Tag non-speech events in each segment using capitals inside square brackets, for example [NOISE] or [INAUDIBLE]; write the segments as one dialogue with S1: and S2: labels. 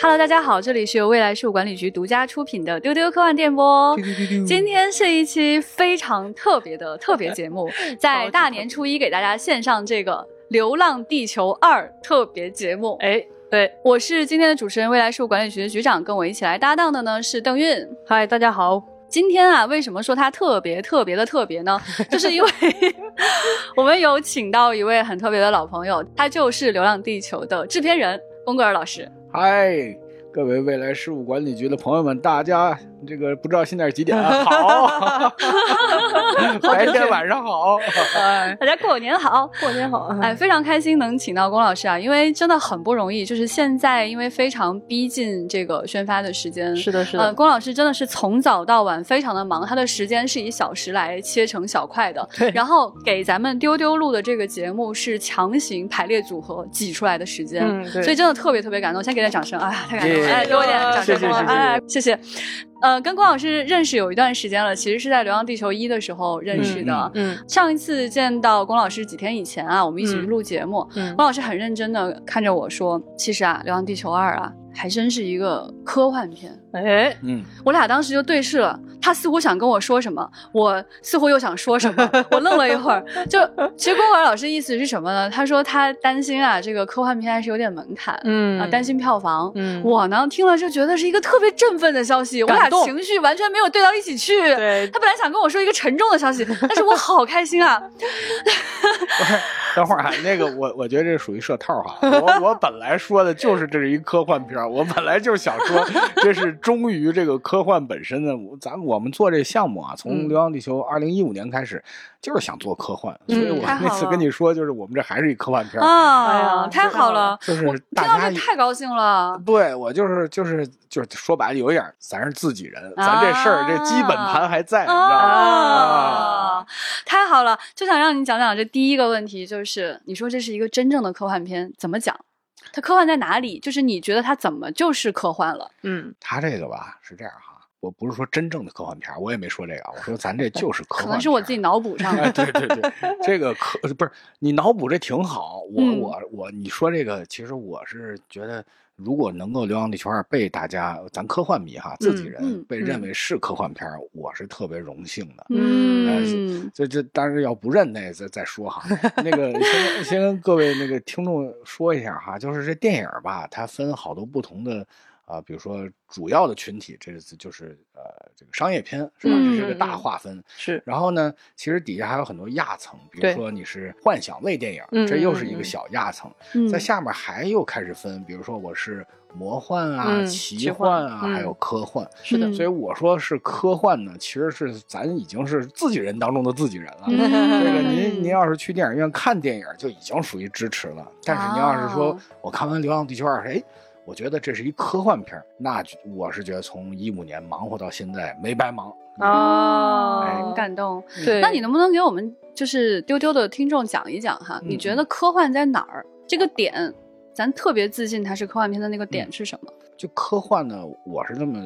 S1: Hello，大家好，这里是由未来事务管理局独家出品的丢丢科幻电波。今天是一期非常特别的特别节
S2: [LAUGHS]
S1: 目，在大年初一给大家献上这个《流浪地球二》特别节目。
S2: 哎，对，
S1: 我是今天的主持人，未来事务管理局的局长，跟我一起来搭档的呢是邓韵。
S2: 嗨，大家好，
S1: 今天啊，为什么说它特别特别的特别
S2: [LAUGHS]
S1: 呢？就是因为 [LAUGHS] 我们有请到一位很特别的老朋友，他就是《流浪地球》的制片人龚格尔老师。
S3: 嗨，各位未来事务管理局的朋友们，大家这个不知道现在是几
S1: [LAUGHS]
S3: 点啊？好，白天晚上好。
S2: 哎，
S1: 大家过年好！
S2: 过年好，
S3: 嗯
S1: 哎，非常开心能请到龚老师啊，因为真的很不容易。就是现在，因为非常逼近这个宣发的时间，
S2: 是的，是
S1: 呃，
S2: 的，
S1: 龚老师真的是从早到晚非常的忙，他的时间是以小时来切成小块的。
S3: 对
S1: 然后给咱们丢丢录的这个节目是强行排列组合挤出来的时间，
S2: 嗯，对，
S1: 所以真的特别特别感动。先给点掌声，哎呀，太感动了！
S3: 耶
S1: 哎，给我点掌声，
S3: 谢谢谢谢
S1: 哎，谢谢。呃，跟龚老师认识有一段时间了，其实是在《流浪地球一》的时候认识的。
S3: 嗯
S2: 嗯
S1: 上一次见到龚老师几天以前啊，我们一起去
S2: 嗯
S1: 录节目，
S2: 嗯
S1: 龚老师很认真的看着我说：“其实啊，《流浪地球二》啊，还真是一个科幻片。”
S2: 哎，
S3: 嗯，
S1: 我俩当时就对视了，他似乎想跟我说什么，我似乎又想说什
S2: [LAUGHS]
S1: 么，我愣了一会儿。就其实郭文老师意思是什么呢？他说他担心啊，这个科幻片还是有点门槛，啊，
S2: 嗯，
S1: 担，心票房。
S2: 嗯，
S1: 我呢听了就觉得是一个特别振奋的消息，我俩
S2: 感动
S1: 情绪完全没有对到一起去。
S2: 对
S1: 他，本来想跟我说一个沉重的消息，但是我好开心啊！
S3: 等会儿啊，那个我我觉得这属于设套
S1: [LAUGHS]
S3: 哈。我我本来说的就是这是一科幻片儿，我本来就是想说这是忠于这个科幻本身的。我咱我们做这项目啊，从
S2: 嗯
S3: 《流浪地球》二零一五年开始，就是想做科幻，所以
S2: 嗯
S3: 我
S1: 太好
S3: 那次
S1: 了
S3: 跟你说，就是我们这还是一科幻片儿，
S1: 啊，
S2: 呀
S1: 太
S2: 知道
S1: 好
S2: 了
S1: 了！
S3: 就是
S1: 我听
S3: 大
S1: 到
S3: 家
S1: 这
S3: 也
S1: 太高兴了。
S3: 对我就是就是就是说白了，有一点儿咱是自己人，咱这事儿这基本盘还在，你知道吗？
S1: 哦
S3: 啊，
S1: 太好了！就想让你讲讲这第一个问题，就是你说这是一个真正的科幻片，怎么讲？它科幻在哪里？就是你觉得它怎么就是科幻了？
S2: 嗯，
S3: 他这个吧是这样哈，我不是说真正的科幻片儿，我也没说这个啊，我说咱
S1: [LAUGHS]
S3: 这就是科幻
S1: 可
S3: 片，
S1: 能是我自己。脑补上
S3: 哎，
S1: 的。
S3: 对对对，这个科不是你脑补这挺好，我、
S1: 嗯
S3: 我我，你说这个，其实我是觉得，如果能够《流浪地球二》被大家咱科幻迷哈自己
S2: 嗯
S3: 人
S1: 嗯
S3: 被认为是科幻片儿，我是特别荣幸的。 [LAUGHS]
S1: 嗯，
S3: 这这当然要不认那再再说哈。那个
S2: [LAUGHS]
S3: 先先跟各位那个听众说一下哈，就是这电影儿吧，它分好多不同的啊、比如说主要的群体，这是就是呃这个商业片是吧？这是个
S2: 嗯嗯
S3: 大
S2: 嗯
S3: 划分。
S2: 是，
S3: 然后呢，其实底下还有很多亚层，比
S2: 对
S3: 如说你是幻想类电影
S2: 嗯，
S3: 这又是一
S2: 嗯嗯
S3: 个小亚层。
S1: 嗯
S3: 在下面还又开始分，比如说我是魔幻啊、
S2: 嗯奇
S3: 奇
S2: 幻
S3: 幻啊，
S2: 嗯
S3: 还有科幻。
S2: 是的，
S3: 所以我说是科幻呢，其实是咱已经是自己人当中的自己人了。
S1: 嗯
S3: 这个您您要是去电影院看电影，就已经属于支持了。但是您要是说、
S1: 哦
S3: 我看完《流浪地球二》，哎，我觉得这是一科幻片儿，那就我是觉得从一五年忙活到现在没白忙。
S2: 啊
S1: 哦，
S2: 哎
S1: 很感动。
S2: 对，
S1: 那你能不能给我们就是丢丢的听众讲一讲哈？
S3: 嗯
S1: 你觉得科幻在哪儿？这个点，咱特别自信，它是科幻片的那个点是什么？
S3: 就科幻呢，我是这么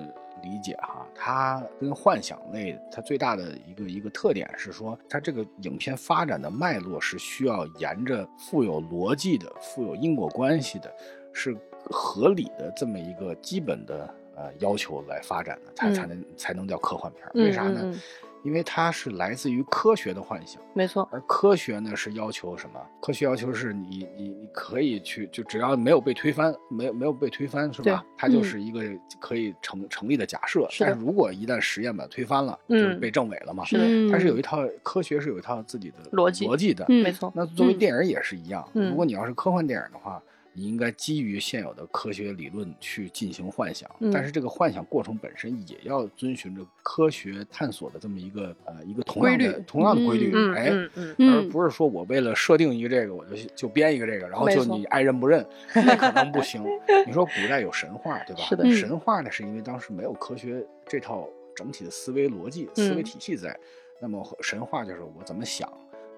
S3: 理解哈，它跟幻想类它最大的一个一个特点是说，它这个影片发展的脉络是需要沿着富有逻辑的、富有因果关系的、是合理的这么一个基本的呃要求来发展的，它
S2: 嗯
S3: 才能、才能叫科幻片儿。
S2: 嗯
S3: 为啥呢？
S2: 嗯嗯
S3: 因为它是来自于科学的幻想。
S2: 没错，
S3: 而科学呢是要求什么？科学要求是你你你可以去，就只要没有被推翻，没有没有被推翻是
S2: 对嗯
S3: 吧？它就是一个可以成、成立的假设。
S2: 是的
S3: 但是如果一旦实验把它推翻了，
S2: 嗯
S3: 就是被证伪了嘛。
S2: 是的
S1: 嗯
S3: 它是有一套科学是有一套自己的
S2: 逻辑
S3: 逻辑的。
S1: 嗯
S2: 没错，
S3: 那作为
S1: 嗯
S3: 电影也是一样，
S2: 嗯
S3: 如果你要是科幻电影的话，你应该基于现有的科学理论去进行幻想，
S2: 嗯
S3: 但是这个幻想过程本身也要遵循着科学探索的这么一个呃一个同样
S1: 规
S3: 的
S1: 律
S3: 同样的规律。
S2: 嗯
S3: 哎，
S2: 嗯嗯，
S3: 而
S1: 嗯，
S3: 不是说我为了设定一个这个，我就就编一个这个，然后
S2: 没
S3: 就
S2: 错
S3: 你爱认
S2: [LAUGHS]
S3: 不认，那可能不行。你说古代有神话，对吧？
S2: 是的
S1: 嗯
S3: 神话呢，是因为当时没有科学这套整体的思维逻辑、
S2: 嗯
S3: 思维体系在。那么神话就是我怎么想，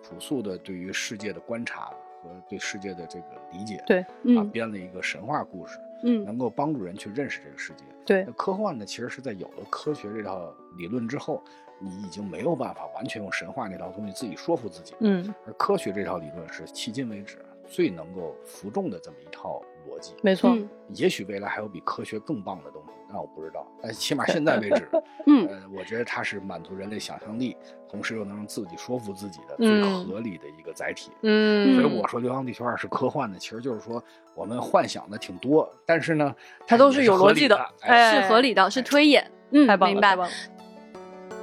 S3: 朴素的对于世界的观察和对世界的这个理解，
S2: 对
S3: 啊，
S1: 嗯
S3: 编了一个神话故事，
S1: 嗯
S3: 能够帮助人去认识这个世界。
S2: 对
S3: 那，科幻呢，其实是在有了科学这套理论之后，你已经没有办法完全用神话那套东西自己说服自己，
S2: 嗯
S3: 而科学这套理论是迄今为止最能够服众的这么一套逻辑。
S2: 没错，
S1: 嗯
S3: 也许未来还有比科学更棒的东西，那我不知道。但起码现在为
S2: [LAUGHS]
S3: 止，
S1: 嗯
S3: 呃，我觉得它是满足人类想象力，同时又能让自己说服自己的最
S2: 嗯
S3: 合理的一个载体。
S2: 嗯，
S3: 所以我说《流浪地球二》是科幻的，其实就是说我们幻想的挺多，但是呢，
S2: 它都是有逻辑
S3: 的
S2: 的。
S3: 哎，
S2: 哎
S1: 是合理的，是推演。嗯，
S2: 太棒了，
S1: 明
S2: 太
S1: 白
S2: 棒。了。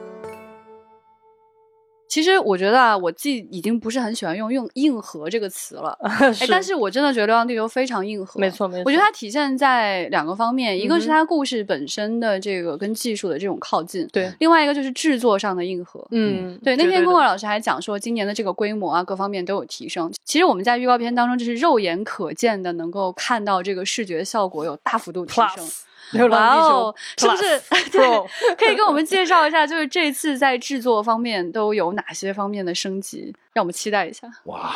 S1: 其实我觉得啊，我既已经不是很喜欢用“用硬核”这个词了，
S2: [LAUGHS]
S1: 哎，但是我真的觉得《流浪地球》非常硬核，
S2: 没。错没错，
S1: 我觉得它体现在两个方面，一个是
S2: 嗯哼
S1: 它故事本身的这个跟技术的这种靠近，
S2: 对，
S1: 另外一个就是制作上的硬核。
S2: 嗯，
S1: 对，那天
S2: 跟
S1: 公
S2: 我
S1: 尔老师还讲说，今年的这个规模啊，各方面都有提升。其实我们在预告片当中，这是肉眼可见的，能够看到这个视觉效果有大幅度提升。
S2: plus 流浪
S1: 哇
S2: 地球
S1: 哦，是不是 [LAUGHS]
S2: Plus？
S1: 对
S2: Pro
S1: 可以跟我们介绍一下，就是这次在制作方面都有哪些方面的升级，让我们期待一下。
S3: 哇，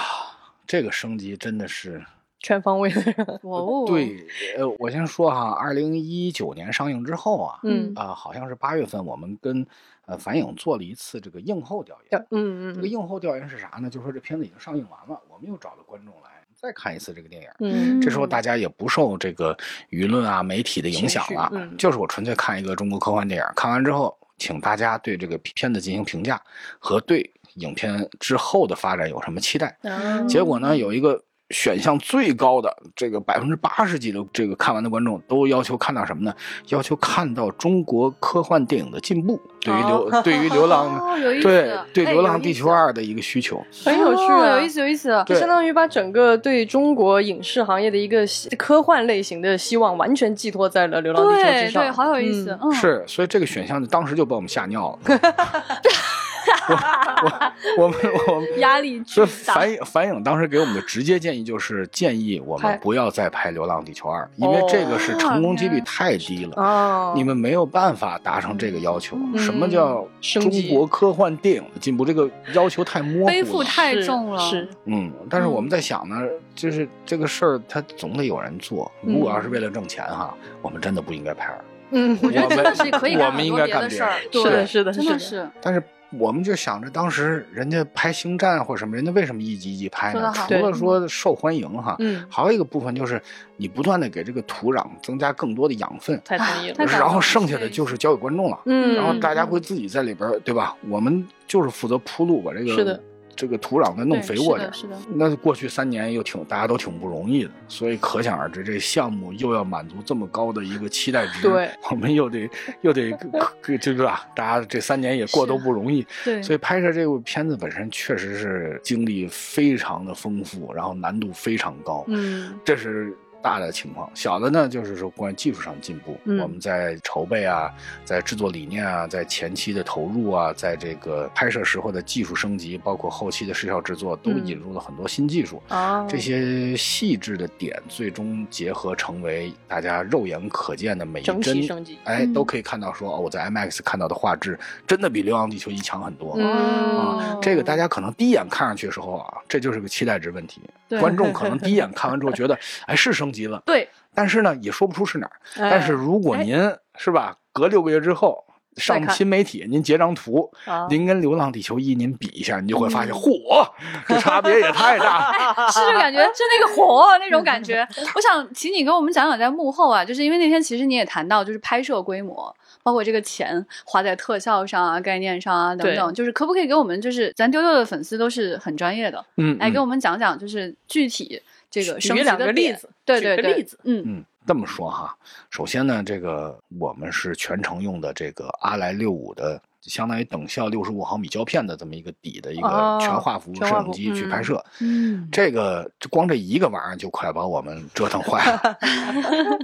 S3: 这个升级真的是
S2: 全方位的，
S1: 哇哦，，
S3: 对。呃，我先说哈，二零一九年上映之后啊，
S1: 嗯
S3: 啊、好像是八月份，我们跟呃反影做了一次这个映后调研。
S2: 嗯嗯
S3: 这个映后调研是啥呢？就是说这片子已经上映完了，我们又找了观众来再看一次这个电影。
S2: 嗯
S3: 这时候大家也不受这个舆论啊、媒体的影响了，
S2: 情绪嗯
S3: 就是我纯粹看一个中国科幻电影，看完之后，请大家对这个片子进行评价和对影片之后的发展有什么期待。
S1: 嗯
S2: 啊
S3: 结果呢，有一个选项最高的这个百分之八十几的这个看完的观众都要求看到什么呢？要求看到中国科幻电影的进步，对于流、对于流浪。
S1: [LAUGHS] 哦，有意思，
S3: 对对，《
S1: 哎
S3: 流浪地球，二》的一个需求，
S2: 很有趣
S1: 哦
S2: 啊，
S1: 有意思，有意思。
S2: 就
S3: 对
S2: 相当于把整个对中国影视行业的一个希科幻类型的希望完全寄托在了《流浪地球》之
S1: 对
S2: 上，
S1: 对，好有意思
S2: 嗯，
S1: 嗯，
S3: 是，所以这个选项当时就把我们吓尿
S1: [LAUGHS]
S3: 了。我我我们我们，
S1: 压力
S3: 所
S1: 巨
S3: 以
S1: 大
S3: 反。影反影当时给我们的直接建议就是建议我
S2: 拍
S3: 们不要再拍《流浪地球二》，因
S1: 哦
S3: 为这个是成功几率太低了。
S2: 哦，
S3: 你们没有办法达成这个要求。
S1: 嗯
S3: 什么叫
S2: 升
S3: 中
S2: 级
S3: 国科幻电影的进步？这个要求太模糊了。
S1: 背负太重了，
S2: 是
S3: 嗯，但是我们在想呢，就是这个事儿，它总得有人做。如果
S2: 嗯
S3: 要是为了挣钱哈，我们真的不应该拍二。
S2: 嗯，
S1: 我觉得
S3: 我们
S1: 真的是可以
S3: 我
S1: 干
S3: 们
S1: 很
S3: 应
S1: 多
S3: 该
S1: 别
S3: 干
S1: 的
S3: 别
S1: 事儿，
S3: 的
S1: 对
S3: [LAUGHS]
S2: 是的是的
S1: 真
S2: 是
S1: 的
S2: 的
S1: 是
S3: 但是我们就想着，当时人家拍《星战》或什么，人家为什么一集一集拍
S1: 说
S3: 呢
S1: 得？好
S3: 除
S2: 对
S3: 了说受欢迎哈，
S2: 嗯，
S3: 还有一个部分就是你不断的给这个土壤增加更多的养分，
S2: 太同意
S1: 啊太感
S2: 了，
S3: 然
S1: 动
S3: 后
S1: 了
S3: 剩
S1: 这
S3: 下
S1: 个
S3: 的
S1: 意
S3: 就
S1: 思
S3: 是交给观众了。
S2: 嗯，
S3: 然后
S1: 嗯
S3: 大家会自己在里边儿，对吧？我们就是负责铺路，把这个
S2: 是的
S3: 这个土壤再弄肥
S1: 对是
S3: 沃点儿
S1: 的，。是的，
S3: 那过去三年又挺大家都挺不容易的，所以可想而知，这个项目又要满足这么高的一个期待值，
S2: 对，
S3: 我们又得又得就是吧，大家这三年也过都不容易，
S1: 对，
S3: 所以拍摄这部片子本身确实是经历非常的丰富，然后难度非常高，
S2: 嗯
S3: 这是大的情况。小的呢，就是说关于技术上进步，
S2: 嗯
S3: 我们在筹备啊，在制作理念啊，在前期的投入啊，在这个拍摄时候的技术升级，包括后期的视效制作，都
S2: 嗯
S3: 引入了很多新技术。
S2: 啊，
S3: 这些细致的点，最终结合成为大家肉眼可见的每一
S2: 整
S3: 帧
S2: 体升级，
S3: 哎，都
S1: 嗯
S3: 可以看到说，哦，我在 IMAX 看到的画质真的比《流浪地球一》强很多。
S2: 嗯
S1: 哦
S3: 啊这个大家可能第一眼看上去的时候啊，这就是个期待值问题。
S1: 对
S3: 观众可能第一眼看完之后觉得，哎，是升级了，
S1: 对
S3: 但是呢，也说不出是哪儿。
S2: 哎
S3: 但是如果您、是吧，隔六个月之后
S2: 再
S3: 上
S2: 看
S3: 新媒体，您截张图，
S2: 啊
S3: 您跟《流浪地球一》您比一下，你就会发现，
S2: 嗯
S3: 嚯，这差别也太
S2: [LAUGHS]
S3: 大了。
S2: 哎
S1: 是就感觉
S2: 啊
S1: 就那个火那种感觉。
S2: 嗯
S1: 我想请你给我们讲讲在幕后啊，就是因为那天其实你也谈到，就是拍摄规模，包括这个钱花在特效上啊、概念上啊等等，就是可不可以给我们，就是咱丢丢的粉丝都是很专业的，
S3: 嗯，
S2: 哎
S1: 来
S3: 嗯
S1: 给我们讲讲，就是具体这 [LAUGHS] 个
S2: 举
S1: 升级
S2: 两
S1: 的
S2: 个例
S1: 点
S2: 子
S1: 对
S2: 举
S1: 对
S2: 个
S1: 对，
S2: 例
S3: [LAUGHS]
S2: 子，
S1: 嗯
S3: 嗯，这么说哈，首先呢，这个我们是全程用的这个阿莱六五的，相当于等效六十五毫米胶片的这么一个底的一
S2: 哦
S3: 个全画幅
S2: 全
S3: 摄
S2: 画
S3: 影
S2: 幅
S3: 机去
S2: 嗯
S3: 拍摄。
S1: 嗯，
S3: 这个这光这一个玩意儿就快把我们折腾坏了， [LAUGHS]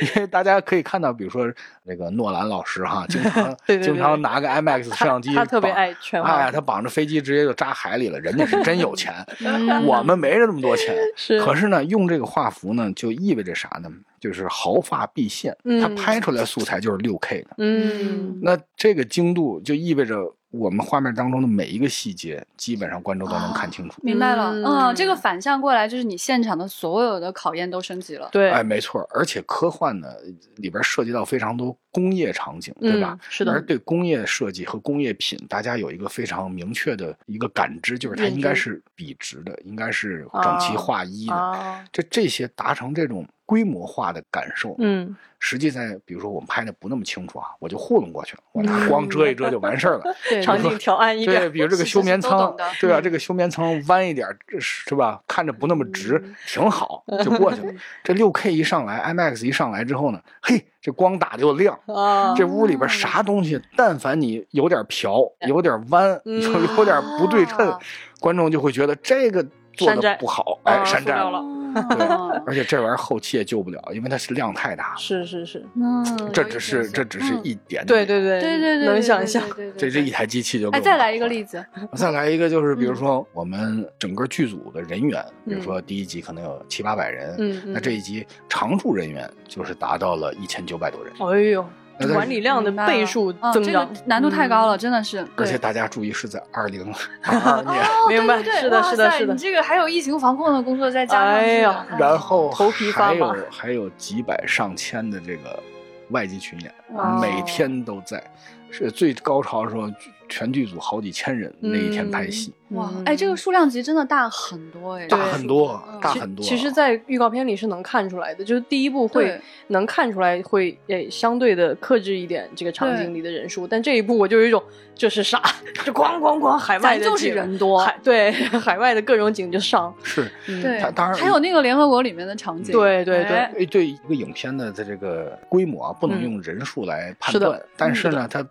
S3: 因为大家可以看到，比如说那个诺兰老师哈，经常
S2: [LAUGHS] 对对对
S3: 经常拿个 IMAX 摄像机
S2: 他特别
S3: 绑
S2: 爱全
S3: 哎呀，
S2: 画，
S3: 他绑着飞机直接就扎海里了，人家是真有钱，
S2: [LAUGHS]
S1: 嗯
S3: 我们没这么多钱。
S2: 是
S3: 可是呢，用这个画幅呢，就意味着啥呢？就是毫发毕现，
S2: 嗯
S3: 它拍出来素材就是六 K 的。
S2: 嗯
S3: 那这个精度就意味着我们画面当中的每一个细节，基本上观众都能看清楚。
S1: 明白了，嗯，
S2: 嗯
S1: 这个反向过来就是你现场的所有的考验都升级了。
S2: 对，
S3: 哎，没错，而且科幻呢里边涉及到非常多工业场景，对吧？
S2: 嗯？是的
S3: 而，对工业设计和工业品，大家有一个非常明确的一个感知，就是它
S2: 认
S3: 应该
S2: 知
S3: 是笔直的，应该是整齐
S2: 啊
S3: 划一的。
S2: 啊，
S3: 这这些达成这种规模化的感受，
S2: 嗯，
S3: 实际在比如说我们拍的不那么清楚啊，我就糊弄过去了，我拿光遮一遮就完事儿了。
S2: 对，
S3: 常
S2: 场
S3: 说
S2: 景调嗯 [LAUGHS] 暗一
S3: 对，
S2: 点，
S3: 比如这个
S1: 是
S3: 休
S1: 是
S3: 眠
S1: 都
S3: 舱
S1: 懂的，
S3: 对吧？
S1: 嗯
S3: 这个休眠舱弯一点儿，这是是吧？看着不那么直，
S2: 嗯 [LAUGHS]
S3: 挺好，就过去了。这六 K 一上来，IMAX 一上来之后呢，嘿，这光打的又亮。
S2: 啊，
S3: 这屋里边啥东西，但凡你有点瓢、有点弯、 [LAUGHS]
S2: 嗯
S3: 有有点不对称
S1: 啊，
S3: 观众就会觉得这个做
S2: 山寨
S3: 的不好，
S2: 啊
S3: 哎，山
S2: 塑
S3: 寨
S2: 料
S3: 了。
S2: 了
S1: 哦
S3: 而且这玩意儿后期也救不了，因为它是量太大，
S2: 是是是，
S1: 嗯，
S3: 这
S1: 有
S3: 只
S1: 意
S3: 是
S1: 思
S3: 这只是
S1: 嗯
S3: 一点点。
S2: 对对对
S1: 对对对，
S2: 能
S1: 对
S2: 想
S1: 对
S2: 象，
S1: 对对对
S3: 这这
S1: 对
S3: 一台机器就够
S1: 哎，
S3: 了
S1: 再来一个例子，
S3: 再来一个，就是比如
S1: 嗯
S3: 说我们整个剧组的人员，比如
S2: 嗯
S3: 说第一集可能有七八百人，
S2: 嗯 [LAUGHS] 嗯，
S3: 那这一集常驻人员就是达到了一千九百多人，
S2: 哎呦，
S3: 那在
S2: 管理量的
S1: 明白
S2: 倍
S1: 了
S2: 数
S1: 嗯
S2: 增长
S1: 这，个难度太高
S3: 嗯
S1: 了，真的是。
S3: 而
S1: 对
S3: 且大家注意是在二
S1: [LAUGHS]
S3: 零二二年，
S1: 哦，对
S2: 明白
S1: 对对
S2: 是的
S1: 哇
S2: 是的
S1: 塞
S2: 是的
S1: 你这个还有疫情防控的工作再加上去，
S2: 哎呀
S1: 嗯
S3: 然后
S2: 头皮发
S3: 还
S2: 麻
S3: 有还有几百上千的这个外籍群演，
S2: 哦
S3: 每天都在，是最高潮的时候，全剧组好几千人那一天拍戏，
S1: 哇
S2: 嗯，
S1: 哎，这个数量级真的大很多哎，这
S3: 大
S1: 个
S3: 很
S1: 数
S3: 多
S1: 嗯
S3: 大
S2: 其
S3: 很多
S2: 其实，在预告片里是能看出来的，就是第一部会
S1: 对
S2: 能看出来会诶相对的克制一点这个场
S1: 对
S2: 景里的人数，但这一部我就有一种这是啥，这咣咣咣海外
S1: 咱
S2: 的
S1: 就是
S2: 景
S1: 人多，
S2: 海对海外的各种景就上，
S3: 是
S2: 嗯
S1: 对
S3: 它当然
S1: 还有那个联合国里面的场景，
S2: 对对对
S1: 哎
S3: 哎，对一个影片的它这个规模啊，不能
S2: 嗯
S3: 用人数来判
S2: 是的嗯
S3: 断，但是
S2: 是
S3: 呢，它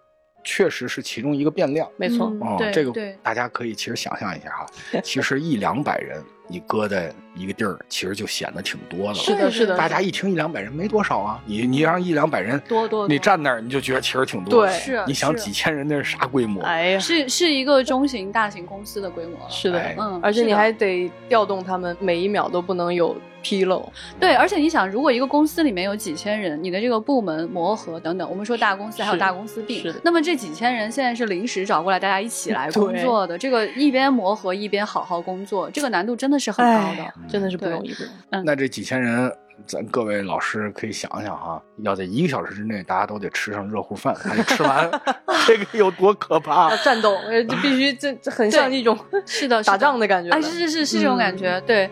S3: 确实是其中一个变量。
S2: 没错，
S1: 嗯
S3: 哦
S1: 对，
S3: 这个
S1: 对
S3: 大家可以其实想象一下
S2: [LAUGHS]
S3: 哈，其实一两百人你搁在一个地儿，其实就显得挺多了。
S2: 是
S1: 对
S2: 的是的，
S3: 大家一听一两百人没多少啊，你你让一两百人
S1: 多多
S3: 你
S1: 多
S3: 站那儿你就觉得其实挺多的，
S2: 对
S1: 是
S3: 你想
S1: 是
S3: 几千人那是啥规模？
S2: 哎呀，
S1: 是是一个中型大型公司的规模了，
S2: 是的，
S3: 哎
S1: 嗯，
S2: 而且
S1: 是
S2: 你
S1: 的
S2: 还得调动他们，每一秒都不能有纰漏。
S1: 对，而且你想，如果一个公司里面有几千人，你的这个部门磨合等等，我们说大公司还有
S2: 是
S1: 大公司病
S2: 是的，
S1: 那么这几千人现在是临时找过来，大家一起来工
S2: 对
S1: 作的，这个一边磨合一边好好工作，这个难度真的是很高
S2: 哎
S1: 的
S2: 呀。，真的是不容易，不容易。
S3: 那这几千人，咱各位老师可以想想哈，要在一个小时之内大家都得吃上热乎饭，还得
S1: [LAUGHS]
S3: 吃完，这个有多可怕
S2: 要？战斗，呃，这必须这这很像一种
S1: 啊是
S2: [LAUGHS]
S1: 的，是
S2: 打
S1: 的
S2: 仗的感觉了。
S1: 哎，是是是是这种感
S2: 嗯
S1: 觉，对。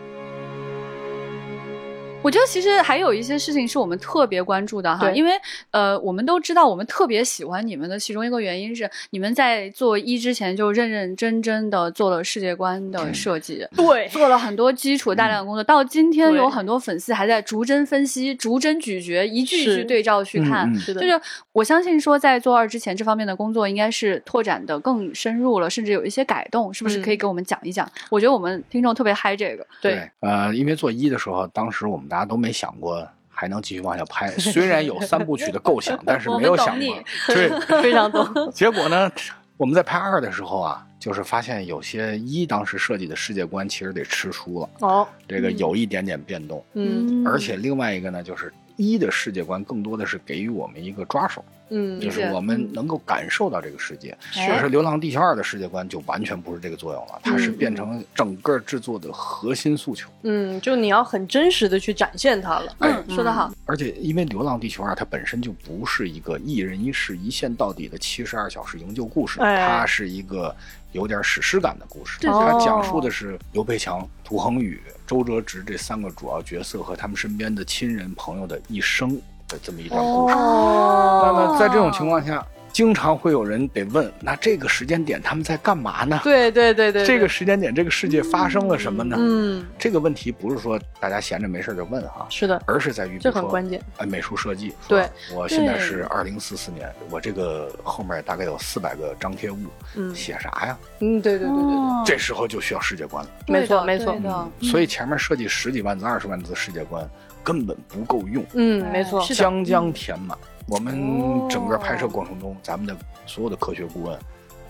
S1: 我觉得其实还有一些事情是我们特别关注的哈，
S2: 对
S1: 因为呃，我们都知道我们特别喜欢你们的其中一个原因是你们在做一之前就认认真真的做了世界观的设计，
S2: 对，
S1: 做了很多基础大量
S3: 嗯
S1: 的工作，到今天
S2: 对
S1: 有很多粉丝还在逐帧分析、逐帧咀嚼，一句一句
S2: 是
S1: 对照去看。
S3: 嗯嗯
S2: 是的，
S1: 就是我相信说，在做二之前，这方面的工作应该是拓展的更深入了，甚至有一些改动，是不是
S2: 嗯
S1: 可以给我们讲一讲？我觉得我们听众特别嗨这个，
S2: 对，，
S3: 呃，因为做一的时候，当时我们大家都没想过。还能继续往下拍，虽然有三部曲的构想，但是
S1: 我
S3: 没
S1: 们
S3: 有
S1: 懂
S3: 想
S1: 你 [LAUGHS]
S3: 过，对，
S2: 非常懂。
S3: 结果呢，我们在拍二的时候啊，就是发现有些一当时设计的世界观其实得吃书了，
S2: 好，
S3: 这个
S1: 嗯
S3: 有一点点变动。
S2: 嗯
S3: 而且另外一个呢，就是一的世界观更多的是给予我们一个抓手，
S2: 嗯，
S3: 就是
S1: 解
S3: 我们能够感受到这个世界。
S1: 哎
S3: 可是《流浪地球二》的世界观就完全不是这个作用了，它是
S2: 嗯
S3: 变成整个制作的核心诉求。
S2: 嗯，就你要很真实的去展现它了。
S1: 嗯，
S3: 哎
S1: 说得好，
S3: 而且，因为《流浪地球二》它本身就不是一个一人一事一线到底的七十二小时营救故事，
S2: 哎
S3: 它是一个有点史诗感的故事。
S1: 对对
S3: 它
S2: 哦
S3: 讲述的是刘培强、涂恒宇、周哲直这三个主要角色和他们身边的亲人朋友的一生的这么一段
S2: 嗯
S3: 故事。
S1: 哦
S3: 那么，在这种情况下，经常会有人得问：那这个时间点他们在干嘛呢？
S2: 对对对对，
S3: 这个
S2: 对
S3: 时间点，这个世界发生了什么呢？
S2: 嗯，
S3: 这个问题不是说大家闲着没事儿就问哈、
S2: 是的，
S3: 而是在于比
S2: 这
S3: 如
S2: 很
S3: 说
S2: 关键。
S3: 呃，美术设计。是
S2: 对
S3: 吧，我现在
S1: 对
S3: 是二零四四年，我这个后面大概有四百个张贴物，
S2: 嗯
S3: 写啥呀？
S2: 嗯，对对对对对，
S3: 这时候就需要世界观了。
S1: 哦
S3: 嗯
S1: 对的
S2: 没错没错
S1: 对的
S3: 所以前面设计十几万字、二十万字世界观根本不够用，
S2: 嗯，没错，
S1: 是的
S3: 将将填满。我们整个
S1: 哦
S3: 拍摄过程中，咱们的所有的科学顾问，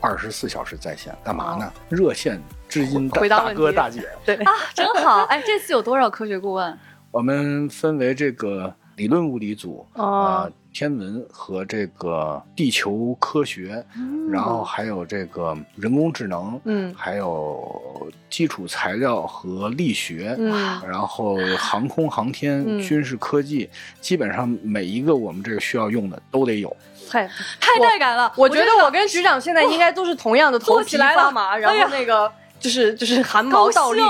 S3: 二十四小时在线，干嘛呢？热线知音大
S2: 哦回答
S3: 大
S2: 问
S3: 哥
S2: 题
S3: 大姐，
S1: 啊
S2: 对，
S1: 真好。哎，这次有多少科学顾问？
S3: 我们分为这个理论物理组啊、
S2: 哦
S3: 呃，天文和这个地球科学，然后还有这个人工智能，
S2: 嗯
S3: 还有基础材料和力学，
S2: 嗯
S1: 啊
S3: 然后航空航天、
S2: 嗯
S3: 军事科技，基本上每一个我们这个需要用的都得有。
S2: 太，
S1: 太带感了，
S2: [LAUGHS] 我觉得我跟局长现在应该都是同样的头
S1: 起
S2: 皮发麻，然
S1: 哎呀
S2: 后那个。就是就是汗
S1: 高
S2: 毛
S1: 兴
S2: 倒立，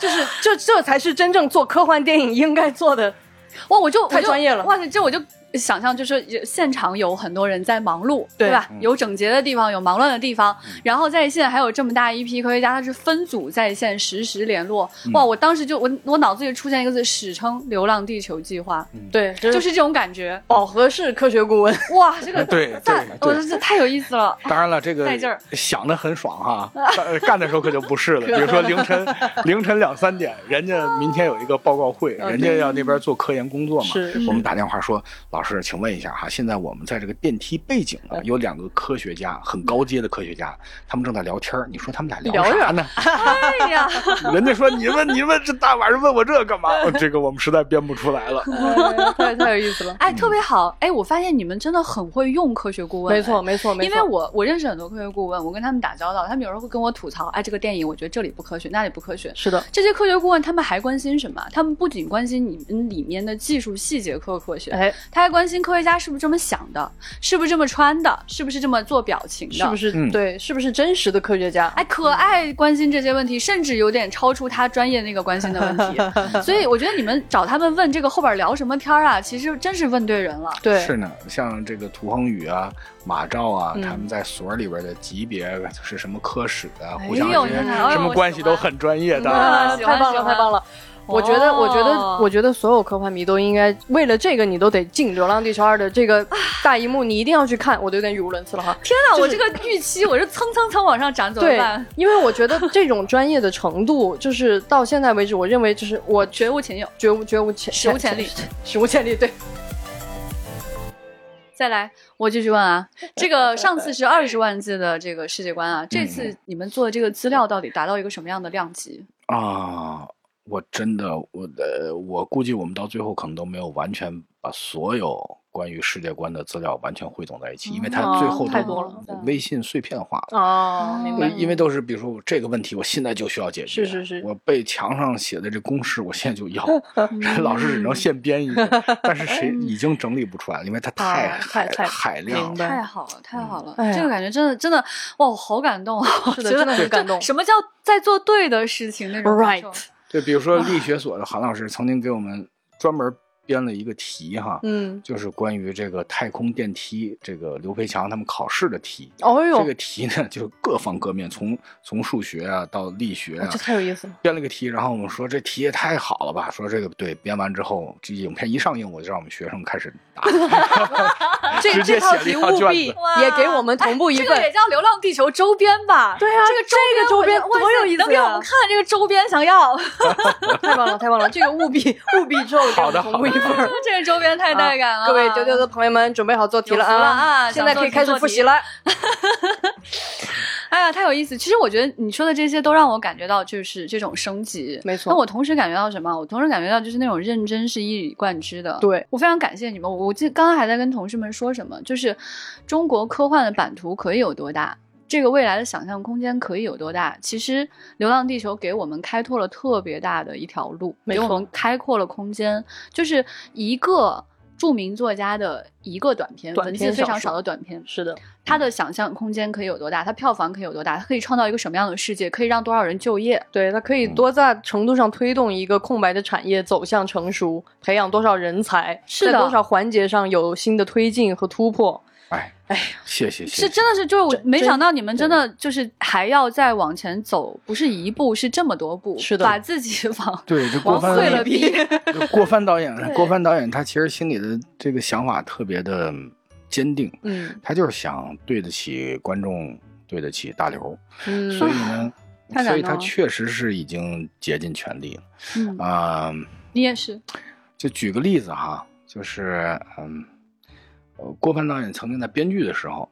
S2: 就是这这才是真正做科幻电影应该
S1: [LAUGHS]
S2: 做的。
S1: 哇，我就
S2: 太专业
S1: 我
S2: 了
S1: 就哇塞，这我就想象，就是现场有很多人在忙碌，
S2: 对
S1: 吧？
S3: 嗯
S1: 有整洁的地方，有忙乱的地方，然后在线还有这么大一批科学家，他是分组在线实时联络。
S3: 嗯
S1: 哇，我当时就我我脑子里出现一个字，史称“流浪地球计划”，
S3: 嗯
S2: 对，就
S1: 就是是这种感觉。
S2: 饱和式科学顾问。
S1: 哇，这个
S3: 嗯对
S1: [LAUGHS] 赞，我觉得这太有意思
S3: [LAUGHS]
S1: 了。
S3: 当然了，这个
S1: 带劲儿
S3: 想的很爽哈，但干的时候可就不是了。比如说凌晨 [LAUGHS] 凌晨两三点，人家明天有一个报告会，
S2: 嗯
S3: 人家要那边做科研工作嘛。
S2: 是
S3: 我们打电话说，老师，请问一下哈，现在我们在这个电梯背景呢，有两个科学家，很高阶的科学家，他们正在聊天儿你说他们俩聊
S2: 聊
S3: 啥呢？
S1: 哎呀，
S3: [LAUGHS] 人家说你问你问这大晚上问我这干嘛？这个我们实在编不出来了。
S2: 太太有意思了。
S1: 哎，特别好。哎，我发现你们真的很会用科学顾问。哎
S2: [LAUGHS] 没错，。没错，没
S1: 因
S2: 错。
S1: 为我我认识很多科学顾问，我跟他们打交道，他们有时候会跟我吐槽，哎，这个电影我觉得这里不科学，那里不科学，
S2: 是的，
S1: 这些科学顾问他们还关心什么？他们不仅关心你们里面的技术细节科科学，
S2: 哎，
S1: 他还关心科学家是不是这么想的，是不是这么穿的，是不是这么做表情的，
S2: 是不
S1: 是？
S2: 是、
S3: 嗯
S2: 对？是不是真实的科学家？
S1: 哎，可爱关心这些问题，甚至有点超出他专业那个关心的
S2: [LAUGHS]
S1: 问题，所以我觉得你们找他们问这个后边聊什么片儿啊，其实真是问对人了。
S2: 对，
S3: 是呢，像这个涂恒宇啊、马照啊，
S2: 嗯
S3: 他们在所里边的级别是什么科室啊，
S2: 哎
S3: 互相
S1: 呦
S3: 之间
S1: 你看
S3: 什么
S1: 我
S3: 关
S1: 喜
S3: 系都
S1: 欢
S3: 很专业的。
S1: 啊
S2: 啊，
S1: 喜欢
S2: 太棒了，
S1: 喜欢
S2: 太棒了！我觉得，我觉
S1: 哦
S2: 得，我觉得所有科幻迷都应该为了这个，你都得进《流浪地球二》的这个
S1: 啊
S2: 大荧幕，你一定要去看。我都有点语无伦次了哈。
S1: 天哪，
S2: 就
S1: 我
S2: 是
S1: 这个预期我是蹭蹭蹭往上涨，怎么
S2: 对
S1: 办？，
S2: 因为我觉得这种专业的程度，就是到现在为止，我认为就是我
S1: 绝无仅有，
S2: 绝无绝无前
S1: 史无前例，
S2: [LAUGHS] 史无前例。对，
S1: 再来，我继续问 [LAUGHS] 啊，这个上次是二十万字的这个世界观啊，这
S2: 嗯
S1: 次你们做的这个资料到底达到一个什么样的量级？
S3: 啊，我真的，我的，我估计我们到最后可能都没有完全把所有关于世界观的资料完全汇总在一起，因为它最
S2: 哦
S3: 后
S2: 太
S3: 都
S2: 多了
S3: 微信碎片化了。
S2: 哦，
S1: 明
S2: 明
S1: 白
S2: 白。
S3: 因为都是比如说我这个问题，我现在就需要解决。
S2: 是是是
S3: 我背墙上写的这公式，我现在就
S2: [LAUGHS]
S3: 要。老师只能现编一个，但是谁已经整理不出来了，因为它太
S2: 嗯啊
S3: 海
S2: 太太
S3: 海量
S2: 明
S3: 了。
S2: 白
S1: 太好了，太好了！
S2: 哎呀
S1: 这个感觉真的真的，哇，我好感动啊！
S2: 是
S1: 我觉得
S2: 的真的很感动
S1: 什么叫在做对的事情那种感受
S2: Right
S3: 就比如说
S2: 啊
S3: 力学所的韩老师曾经给我们专门编了一个题哈，
S2: 嗯，
S3: 就是关于这个太空电梯，这个刘培强他们考试的题。
S2: 哦
S3: 这
S2: 呦
S3: 个，题呢，就各方各面，从从数学啊到力学啊
S2: 哦这，太有意思了。
S3: 编了个题，然后我们说这题也太好了吧？说这个对，编完之后，这影片一上映，我就让我们学生开始答。
S1: [LAUGHS]
S2: 这
S3: 直
S2: 这
S3: 接
S2: 套题
S3: 写了一套
S2: 务
S3: 卷
S2: 必
S3: 子
S1: 哇哎
S2: 也给我们同步一
S1: 这个
S2: 份。
S1: 也叫《流浪地球》周边吧？
S2: 对啊，
S1: 这个周边
S2: 这个周边
S1: 哇塞
S2: 多有意思啊
S1: 能给我们看这个周边，想
S2: [LAUGHS]
S1: 要
S2: 太棒了，太棒了！这个
S1: [LAUGHS]
S2: 务必务必之后给我们同步一份儿。
S1: 这个周边太带感了。
S2: 啊
S1: 啊
S2: 各位丢丢的朋友们，准备好做题了
S1: 有
S2: 啊！
S1: 福了啊
S2: 现在可以开始复习了。
S1: 哎呀，太有意思！其实我觉得你说的这些都让我感觉到就是这种升级，
S2: 没错
S1: 那我同时感觉到什么？我同时感觉到就是那种认真是一以贯之的。
S2: 对，
S1: 我非常感谢你们。我我记刚刚还在跟同事们说什么，就是中国科幻的版图可以有多大？这个未来的想象空间可以有多大？其实《流浪地球》给我们开拓了特别大的一条路，
S2: 没
S1: 给我
S2: 错
S1: 们开阔了空间，就是一个著名作家的一个短篇，
S2: 短篇
S1: 文字非
S2: 小
S1: 常
S2: 说
S1: 少的短篇，
S2: 是的，
S1: 它的想象空间可以有多大，它票房可以有多大，它可以创造一个什么样的世界，可以让多少人就业。
S2: 对，它可以
S3: 嗯
S2: 多大程度上推动一个空白的产业走向成熟，培养多少人才，
S1: 是的
S2: 在多少环节上有新的推进和突破。
S3: 哎
S2: 哎，
S3: 谢谢谢谢，
S1: 是真的是，就是我
S2: 真
S1: 没想到你们真的就是还要再往前走，不是一步，是这么多步，
S2: 是的
S1: 把自己
S2: [LAUGHS]
S1: 往
S3: 对这郭
S1: 往
S3: 帆
S1: 碎了逼。
S3: 就郭帆导演，
S1: [LAUGHS] 对
S3: 郭帆导演他其实心里的这个想法特别的坚定，
S2: 嗯
S3: 他就是想对得起观众，对得起大刘，
S2: 嗯，
S3: 所以呢，
S1: 太感动了
S3: 所以他确实是已经竭尽全力了
S1: 嗯，
S3: 啊、
S1: 你也是，
S3: 就举个例子哈，就是嗯，呃，郭帆导演曾经在编剧的时候，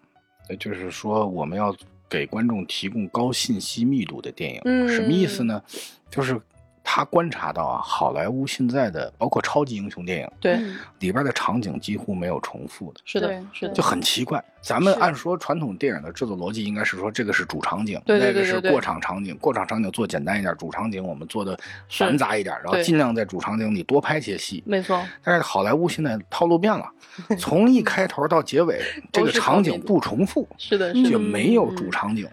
S3: 呃就是说我们要给观众提供高信息密度的电影，
S2: 嗯
S3: 什么意思呢？就是他观察到啊，好莱坞现在的包括超级英雄电影
S2: 对，
S1: 嗯
S3: 里边的场景几乎没有重复的，
S2: 是的
S1: 对，
S2: 是的，
S3: 就很奇怪。咱们
S2: 是
S3: 按说传统电影的制作逻辑应该是说，这个是主场景，
S2: 对对对
S3: 那
S2: 对
S3: 个
S2: 对
S3: 是过场场景，过场场景做简单一点，主场景我们做的繁杂一点，然后
S2: 对
S3: 尽量在主场景里多拍些戏。
S2: 没错，
S3: 但是好莱坞现在套路变了，从一开头到结尾，这
S2: 都
S3: 个
S2: 是
S3: 场
S2: 场
S3: 景
S2: 景
S3: 不重复，
S2: 是的，
S1: 嗯
S2: 是的，
S3: 就没有主场景了。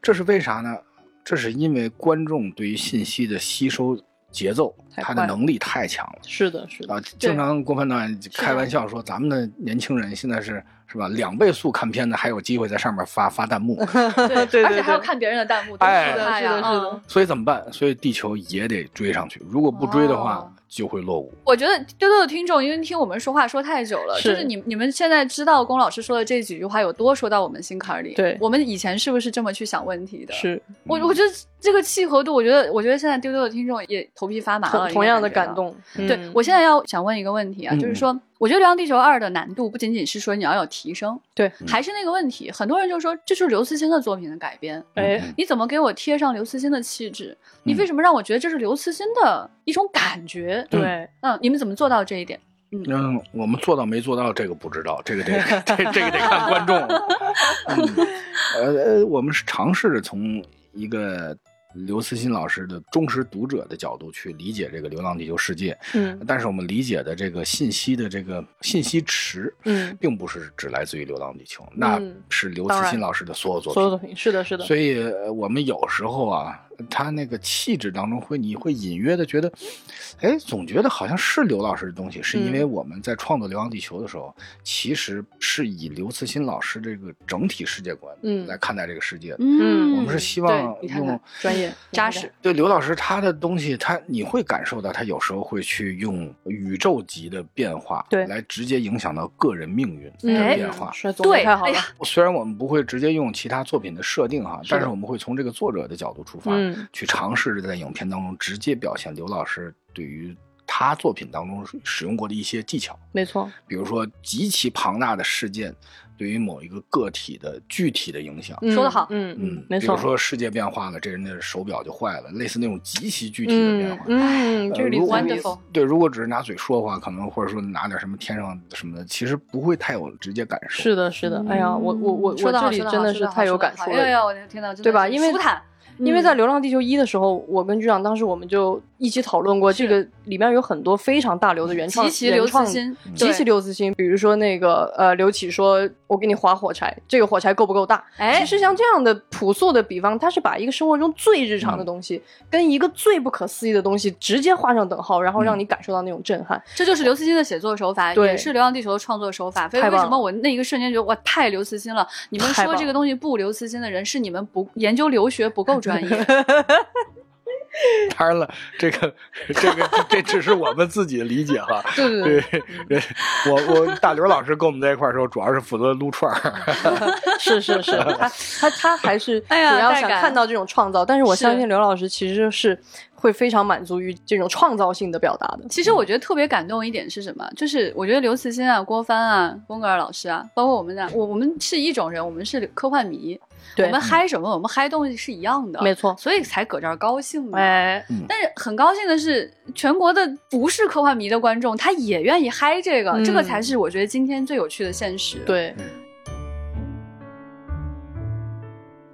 S3: 这是为啥呢？这是因为观众对于信息的吸收节奏，
S2: 太
S3: 他的
S2: 快
S3: 能力太强了。
S2: 是的，是的，
S3: 啊，经常郭帆导演开玩笑说，咱们的年轻人现在是是吧，两倍速看片子还有机会在上面发发弹幕，
S2: [LAUGHS] 对对
S1: 而且还要
S2: 对
S1: 看别人的弹幕，多
S2: 是
S3: 哎
S1: 可
S2: 的，
S1: 怕
S2: 是
S1: 呀
S2: 的，是的
S1: 嗯，
S3: 所以怎么办？所以地球也得追上去，如果不追的话，
S1: 哦
S3: 就会落伍。
S1: 我觉得丢丢的听众，因为听我们说话说太久了，
S2: 是
S1: 就是你你们现在知道龚老师说的这几句话有多说到我们心坎儿里。
S2: 对
S1: 我们以前是不是这么去想问题的？，
S2: 嗯是
S1: 我我觉得这个契合度，我觉得我觉得现在丢丢的听众也头皮发麻了，
S2: 同同样的
S1: 应该觉到。
S2: 感动。
S1: 对、
S2: 嗯
S1: 我现在要想问一个问题啊，
S3: 嗯
S1: 就是说，我觉得《流浪地球二》的难度不仅仅是说你要有提升，
S3: 嗯
S2: 对，
S1: 还是那个问题，很多人就说这就是刘慈欣的作品的改编，
S2: 哎
S3: 嗯
S1: 你怎么给我贴上刘慈欣的气质？你
S3: 嗯
S1: 为什么让我觉得这是刘慈欣的一种感觉？
S3: 嗯
S2: 对，
S1: 嗯，你们怎么做到这一点？
S3: 嗯，我们做到没做到这个不知道，这个得这这个得看观众了。嗯呃，我们是尝试着从一个刘慈欣老师的忠实读者的角度去理解这个《流浪地球世界》，
S2: 嗯
S3: 但是我们理解的这个信息的这个信息池，
S2: 嗯，
S3: 并不是只来自于《流浪地球》，那
S2: 嗯
S3: 是刘
S2: 当
S3: 慈
S2: 然
S3: 欣老师的所有作
S2: 所有作
S3: 品。
S2: 品是的，是的，
S3: 所以，呃我们有时候啊，他那个气质当中会，你会隐约的觉得，哎，总觉得好像是刘老师的东西，是
S1: 嗯
S3: 因为我们在创作《流浪地球》的时候，其实是以刘慈欣老师这个整体世界观
S2: 嗯
S3: 来看待这个世界的。
S2: 嗯
S3: 我们是希望
S1: 对你看看
S3: 用
S2: 专业
S1: 扎实，，
S3: 对刘老师他的东西，他你会感受到他有时候会去用宇宙级的变化，
S2: 对
S3: 来直接影响到个人命运
S2: 嗯
S3: 的
S1: 哎
S3: 变化。
S2: 是总结
S1: 对，
S2: 太好
S1: 哎
S2: 了
S1: 呀，，
S3: 虽然我们不会直接用其他作品的设定哈，
S2: 是的
S3: 但是我们会从这个作者的角度出发，
S2: 嗯
S3: 去尝试着在影片当中直接表现刘老师对于他作品当中使用过的一些技巧，
S2: 没错，
S3: 比如说极其庞大的事件对于某一个个体的具体的影响。
S2: 嗯
S1: 说得好
S2: 嗯
S3: 嗯
S2: 嗯，，没
S3: 比
S2: 错
S3: 如，说世界变化了，这人的手表就坏了，类似那种极其具体的变
S2: 嗯
S3: 化。
S2: 嗯，
S3: 呃
S2: 这个例
S3: 如
S2: 子
S3: 果
S2: 很有意思
S1: Wonderful
S3: 对，如果只是拿嘴说话，可能或者说拿点什么天上什么的，其实不会太有直接感受。
S2: 是的，是的，哎呀，我我我我
S1: 嗯说得好
S2: 这里
S1: 说得好
S2: 真的
S1: 说
S2: 是
S1: 得好
S2: 太有
S1: 说得
S2: 感
S1: 好
S2: 触
S1: 哎呀哎
S2: 了。
S1: 呀，我的天哪，真的
S2: 对吧
S1: 是
S2: 因为
S1: 舒坦，
S2: 因为在《
S1: 嗯
S2: 流浪地球一》的时候，我跟局长当时我们就一起讨论过，这个里面有很多非常大流的原创
S1: 极其
S2: 原
S1: 刘慈
S2: 创嗯
S1: 欣，
S2: 极其
S1: 对，
S2: 刘慈欣，比如说那个呃，刘启说：“我给你划火柴，这个火柴够不够大？”
S1: 哎
S2: 其实像这样的朴素的比方，它是把一个生活中最日常的
S1: 嗯
S2: 东西，跟一个最不可思议的东西直接画上等号，然后
S1: 嗯
S2: 让你感受到那种震撼。
S1: 这就是刘慈欣的写作手法，
S2: 对
S1: 也是《流浪地球》的创作手法。所以
S2: 太
S1: 为
S2: 棒了
S1: 什么我那一个瞬间觉得哇，太刘慈欣了？你们
S2: 太棒
S1: 说这个
S2: 了
S1: 东西不刘慈欣的人，是你们不研究留学不够
S2: [LAUGHS]
S1: 专业。
S3: 当然了，这个这个这只是我们自己的理解哈。
S2: 对对
S3: 对，对我我大刘老师跟我们在一块儿的时候，主要是负责撸串儿。
S2: 是是是，他他他还是主
S1: 哎呀
S2: 要
S1: 带
S2: 想
S1: 感
S2: 看到这种创造，但是我
S1: 是
S2: 相信刘老师其实是会非常满足于这种创造性的表达的。
S1: 其实我觉得特别感动一点是什么？就是我觉得刘慈欣啊、郭帆啊、宫格尔老师啊，包括我们啊，我我们是一种人，我们是科幻迷，我
S2: 对嗯
S1: 们，嗨什么，我们嗨东西是一样的，
S2: 没错。
S1: 所以才搁这儿高兴嘛。
S2: 哎，
S1: 但是很高兴的是，全国的不是科幻迷的观众，他也愿意嗨这个，
S2: 嗯
S1: 这个才是我觉得今天最有趣的现实。，
S2: 对，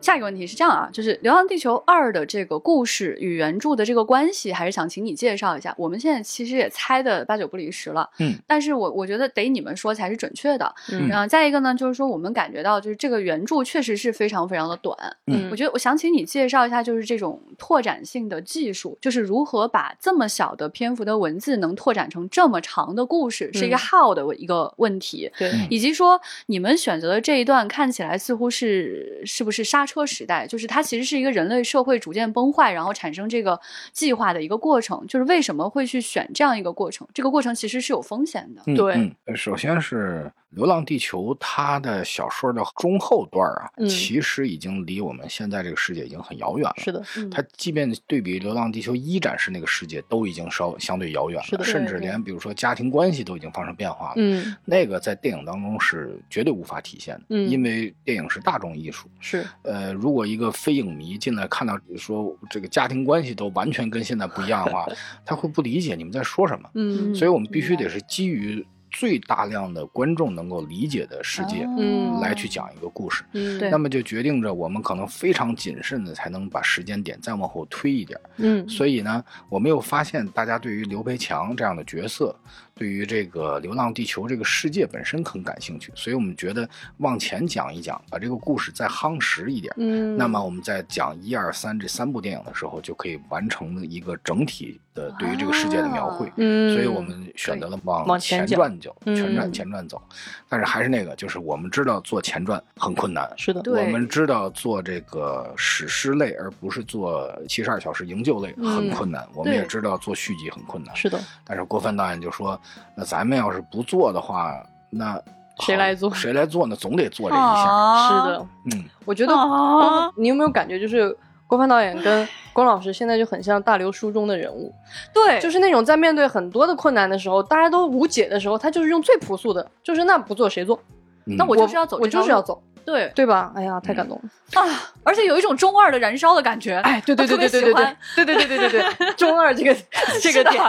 S1: 下一个问题是这样啊，就是《流浪地球二》的这个故事与原著的这个关系，还是想请你介绍一下。我们现在其实也猜的八九不离十了，
S3: 嗯，
S1: 但是我我觉得得你们说才是准确的。
S2: 嗯
S1: 然后再一个呢，就是说我们感觉到，就是这个原著确实是非常非常的短，
S3: 嗯
S1: 我觉得我想请你介绍一下，就是这种拓展性的技术，就是如何把这么小的篇幅的文字能拓展成这么长的故事，是一个
S2: 嗯
S1: how 的一个问题。
S2: 对
S3: 嗯
S1: 以及说，你们选择的这一段看起来似乎是是不是刹车时代？就是它其实是一个人类社会逐渐崩坏，然后产生这个计划的一个过程。就是为什么会去选这样一个过程？这个过程其实是有风险的。
S3: 嗯
S2: 对
S3: 嗯，呃首先是《流浪地球》它的小说的中后段啊，
S2: 嗯
S3: 其实已经离我们现在这个世界已经很遥远了。
S2: 是的，
S1: 嗯
S3: 它即便对比《流浪地球》一展示那个世界，都已经稍相对遥远
S2: 是
S3: 了，
S2: 的
S3: 甚
S2: 对
S3: 至
S2: 对
S3: 连比如说家庭关系都已经发生变化了。
S2: 嗯，
S3: 那个在电影当中是绝对无法体现的，
S2: 嗯
S3: 因为电影是大众艺术。
S2: 是
S3: 呃，如果一个非影迷进来看到说这个家庭关系都完全跟现在不一样
S1: [LAUGHS]
S3: 的话，他会不理解你们在说什么。
S2: 嗯
S3: 所以我们必须
S1: 明白
S3: 得是基于最大量的观众能够理解的世界
S2: 嗯
S3: 来去讲一个故事。
S2: 嗯
S1: 哦对
S3: 那么就决定着我们可能非常谨慎的才能把时间点再往后推一点儿。
S2: 嗯
S3: 所以呢，我们又发现大家对于刘培强这样的角色，对于这个《流浪地球》这个世界本身很感兴趣，所以我们觉得往前讲一讲，把这个故事再夯实一点。
S2: 嗯，
S3: 那么我们在讲一二三这三部电影的时候，就可以完成一个整体的对于这个世界的描绘。
S1: 啊
S2: 嗯，
S3: 所以我们选择了往
S2: 往前讲
S3: 前传走，前传
S2: 嗯
S3: 前传走。但是还是那个，就是我们知道做前传很困难，
S2: 是的，
S1: 对
S3: 我们知道做这个史诗类，而不是做七十二小时营救类很
S2: 嗯
S3: 困难。我们
S1: 对
S3: 也知道做续集很困难，
S2: 是的，
S3: 但是郭帆导演就说：“那咱们要是不做的话，那
S2: 谁
S3: 好
S2: 来做
S3: 谁来做呢？总得做这一下。
S1: 啊
S2: 是的，
S3: 嗯，
S2: 我觉得
S1: 啊
S2: 郭你有没有感觉就是郭帆导演跟龚老师现在就很像大刘书中的人物，
S1: 对，
S2: 就是那种在面对很多的困难的时候，大家都无解的时候，他就是用最朴素的，就是那不做谁做？
S3: 嗯
S1: 那我就是要走
S2: 我
S1: 这条
S2: 就是要
S1: 路
S2: 走，
S1: 对
S2: 对吧？哎呀，太感动了！
S1: 啊，而且有一种中二的燃烧的感觉。
S2: 哎，对对
S1: 我特别
S2: 对对对对
S1: 喜欢
S2: 对对对对对对
S1: [LAUGHS]
S2: 对，中二这个这个
S1: 是的
S2: 点，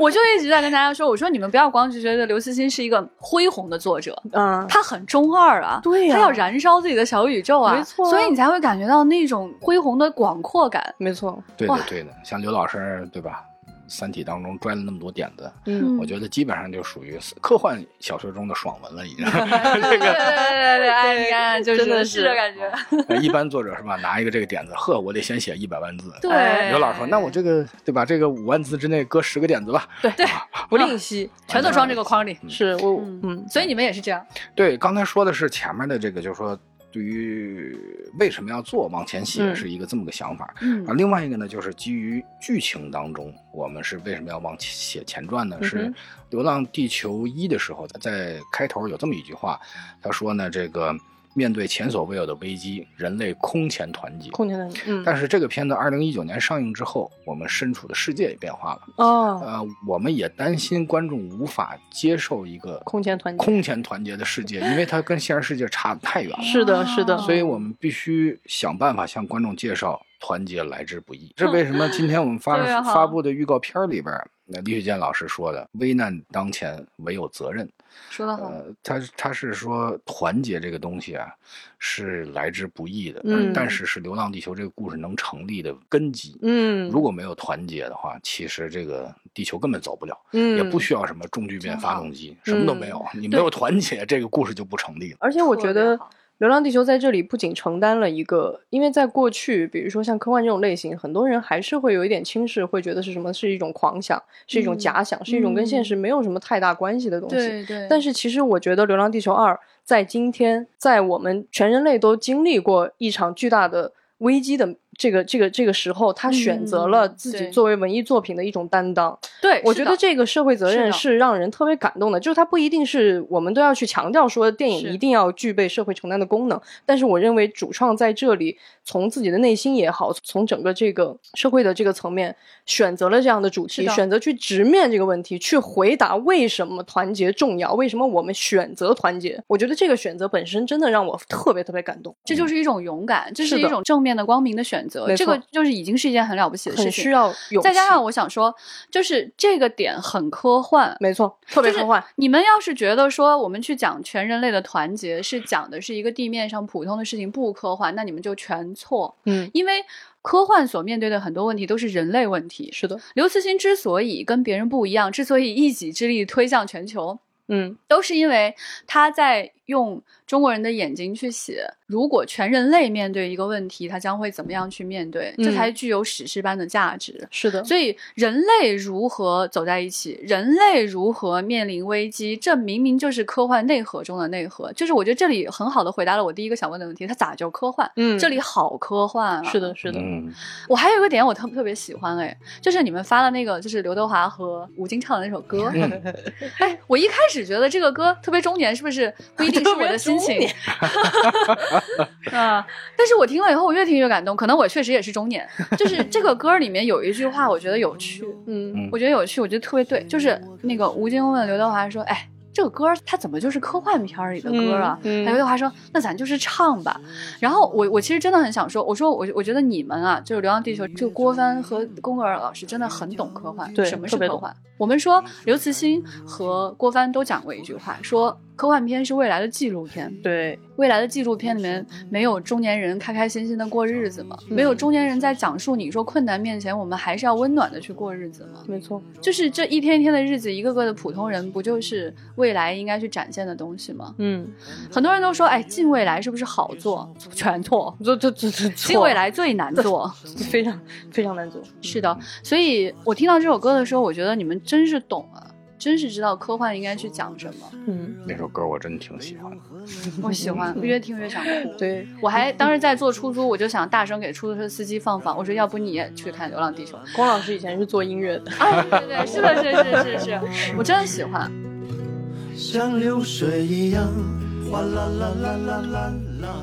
S1: 我就一直在跟大家说，我说你们不要光是觉得刘慈欣是一个恢宏的作者，
S2: 嗯，
S1: 他很中二啊，
S2: 对呀
S1: 他要燃烧自己的小宇宙啊，
S2: 没错啊
S1: 所以你才会感觉到那种恢宏的广阔感。
S2: 没错，
S3: 对
S1: 哇
S3: 的对的，像刘老师对吧？《三体》当中拽了那么多点子，
S2: 嗯，
S3: 我觉得基本上就属于科幻小说中的爽文了，已
S2: [LAUGHS]
S3: 经。
S1: 对对对对，哎，你看，就是
S2: 真的是
S1: 这感觉。
S3: 呃一般作者是吧？拿一个这个点子，呵，我得先写一百万字。
S1: 对，
S2: 哎
S3: 刘老师说：“那我这个对吧？这个五万字之内搁十个点子吧。啊
S2: 不吝惜，
S1: 全都装这个框里，
S2: 是我
S1: 啊嗯
S2: 嗯
S1: 所以你们也是这样。”
S3: 对，刚才说的是前面的这个，就是说对于为什么要做往前写
S2: 嗯
S3: 是一个这么个想法。
S1: 嗯
S3: 啊，另外一个呢，就是基于剧情当中，我们是为什么要往前写前传呢？是
S2: 嗯哼
S3: 《流浪地球一》的时候，在开头有这么一句话，他说呢，这个面对前所未有的危机，人类空前团结。
S2: 空间的嗯
S3: 但是这个片子二零一九年上映之后，我们身处的世界也变化了。
S2: 哦，
S3: 呃，我们也担心观众无法接受一个
S2: 空前团结
S3: 空前团结的世界，因为它跟现实世界差得太远了。
S2: 是的是的
S3: 所以我们必须想办法向观众介绍团结来之不易。这
S2: 嗯
S3: 为什么今天我
S2: [LAUGHS]
S3: 们发、
S1: 对啊
S3: 发布的预告片里边儿，那李雪健老师说的“危难当前，唯有责任”，
S1: 说
S2: 嗯
S1: 的好，
S3: 呃，他他是说团结这个东西啊，是来之不易的，
S2: 嗯
S3: 但是是《流浪地球》这个故事能成立的根基。
S2: 嗯，
S3: 如果没有团结的话，其实这个地球根本走不了，
S2: 嗯
S3: 也不需要什么重聚变发动机，什么都没有。你没
S2: 对
S3: 有团结，这个故事就不成立了。
S2: 而且我
S1: 特
S2: 觉
S1: 别
S2: 得
S1: 好
S2: 《流浪地球》在这里不仅承担了一个，因为在过去，比如说像科幻这种类型，很多人还是会有一点轻视，会觉得是什么是一种狂想，是一种
S1: 嗯
S2: 假想，是一种跟现
S1: 嗯
S2: 实没有什么太大关系的东西。
S1: 对对，
S2: 但是其实我觉得《流浪地球二》在今天，在我们全人类都经历过一场巨大的危机的这个这个这个时候，他选择了
S1: 嗯
S2: 自己
S1: 对
S2: 作为文艺作品的一种担当。
S1: 对，
S2: 我
S1: 是
S2: 觉得
S1: 的
S2: 这个社会责
S1: 是
S2: 任
S1: 的
S2: 是让人特别感动的，就是它不一定是我们都要去强调说电影
S1: 是
S2: 一定要具备社会承担的功能，但是我认为主创在这里从自己的内心也好，从整个这个社会的这个层面选择了这样的主
S1: 是
S2: 题，
S1: 的
S2: 选择去直面这个问题，去回答为什么团结重要，为什么我们选择团结。我觉得这个选择本身真的让我特别特别感动，
S1: 这就是一种勇敢，这
S2: 是
S1: 是一
S2: 的
S1: 种正面的、光明的选择。
S2: 没
S1: 这个
S2: 错
S1: 就是已经是一件很了不起的事
S2: 很需
S1: 情。
S2: 要勇气。
S1: 再加上我想说，就是这个点很科幻，
S2: 没错，特别科幻，
S1: 就是你们要是觉得说我们去讲全人类的团结是讲的是一个地面上普通的事情，不科幻，那你们就全错。
S2: 嗯，
S1: 因为科幻所面对的很多问题都是人类问题。
S2: 是的，
S1: 刘慈欣之所以跟别人不一样，之所以一己之力推向全球，
S2: 嗯
S1: 都是因为他在用中国人的眼睛去写，如果全人类面对一个问题，他将会怎么样去面对，
S2: 嗯
S1: 这才具有史诗般的价值。
S2: 是的，
S1: 所以，人类如何走在一起，人类如何面临危机，这明明就是科幻内核中的内核。就是我觉得这里很好的回答了我第一个想问的问题：它咋就科幻？
S2: 嗯
S1: 这里好科幻啊！
S2: 是的，，是的，
S3: 嗯，
S1: 我还有一个点我特特别喜欢 [LAUGHS] 哎，就是你们发了那个就是刘德华和吴京唱的那首歌，
S3: 嗯
S1: 哎，我一开始觉得这个歌特别中年，是不
S2: [LAUGHS]
S1: 是不一定是我的心情？啊！但是我听了以后，我越听越感动。可能我确实也是中年，就是这个歌里面有一句话，我觉得有趣，
S2: [LAUGHS] 嗯，
S1: 我觉得有趣，我觉得特别对，就是那个吴京问刘德华说：“哎。”这个歌它怎么就是科幻片儿里的歌啊？
S2: 嗯嗯
S1: 刘德华说：“那咱就是唱吧。”然后我我其实真的很想说，我说我我觉得你们啊，就是《流浪地球》这个郭帆和龚格尔老师真的很懂科幻，
S2: 对
S1: 什么是
S2: 特别
S1: 科幻？我们说刘慈欣和郭帆都讲过一句话，说科幻片是未来的纪录片。
S2: 对，
S1: 未来的纪录片里面没有中年人开开心心的过日子吗？没有中年人在讲述你说困难面前我们还是要温暖的去过日子吗？
S2: 没错，
S1: 就是这一天一天的日子，一个个的普通人，不就是未来应该去展现的东西吗？
S2: 嗯，
S1: 很多人都说，哎，近未来是不是好做？ [LAUGHS] 全错，
S2: 这这这这
S1: 近未来最难做。
S2: 错非常非常难做，
S1: 是的，所以我听到这首歌的时候，我觉得你们真是懂啊，真是知道科幻应该去讲什么。
S2: 嗯，
S3: 那首歌我真挺喜欢的，
S1: 我喜欢，越听越想哭。
S2: 对，
S1: 我还当时在坐出租，我就想大声给出租车司机放放，我说要不你也去看《流浪地球》
S2: 龚老师以前是做音乐的，
S1: 啊？对对，是的，是是是是，我真的喜欢。
S4: 像流水一样，哗啦啦啦啦啦啦。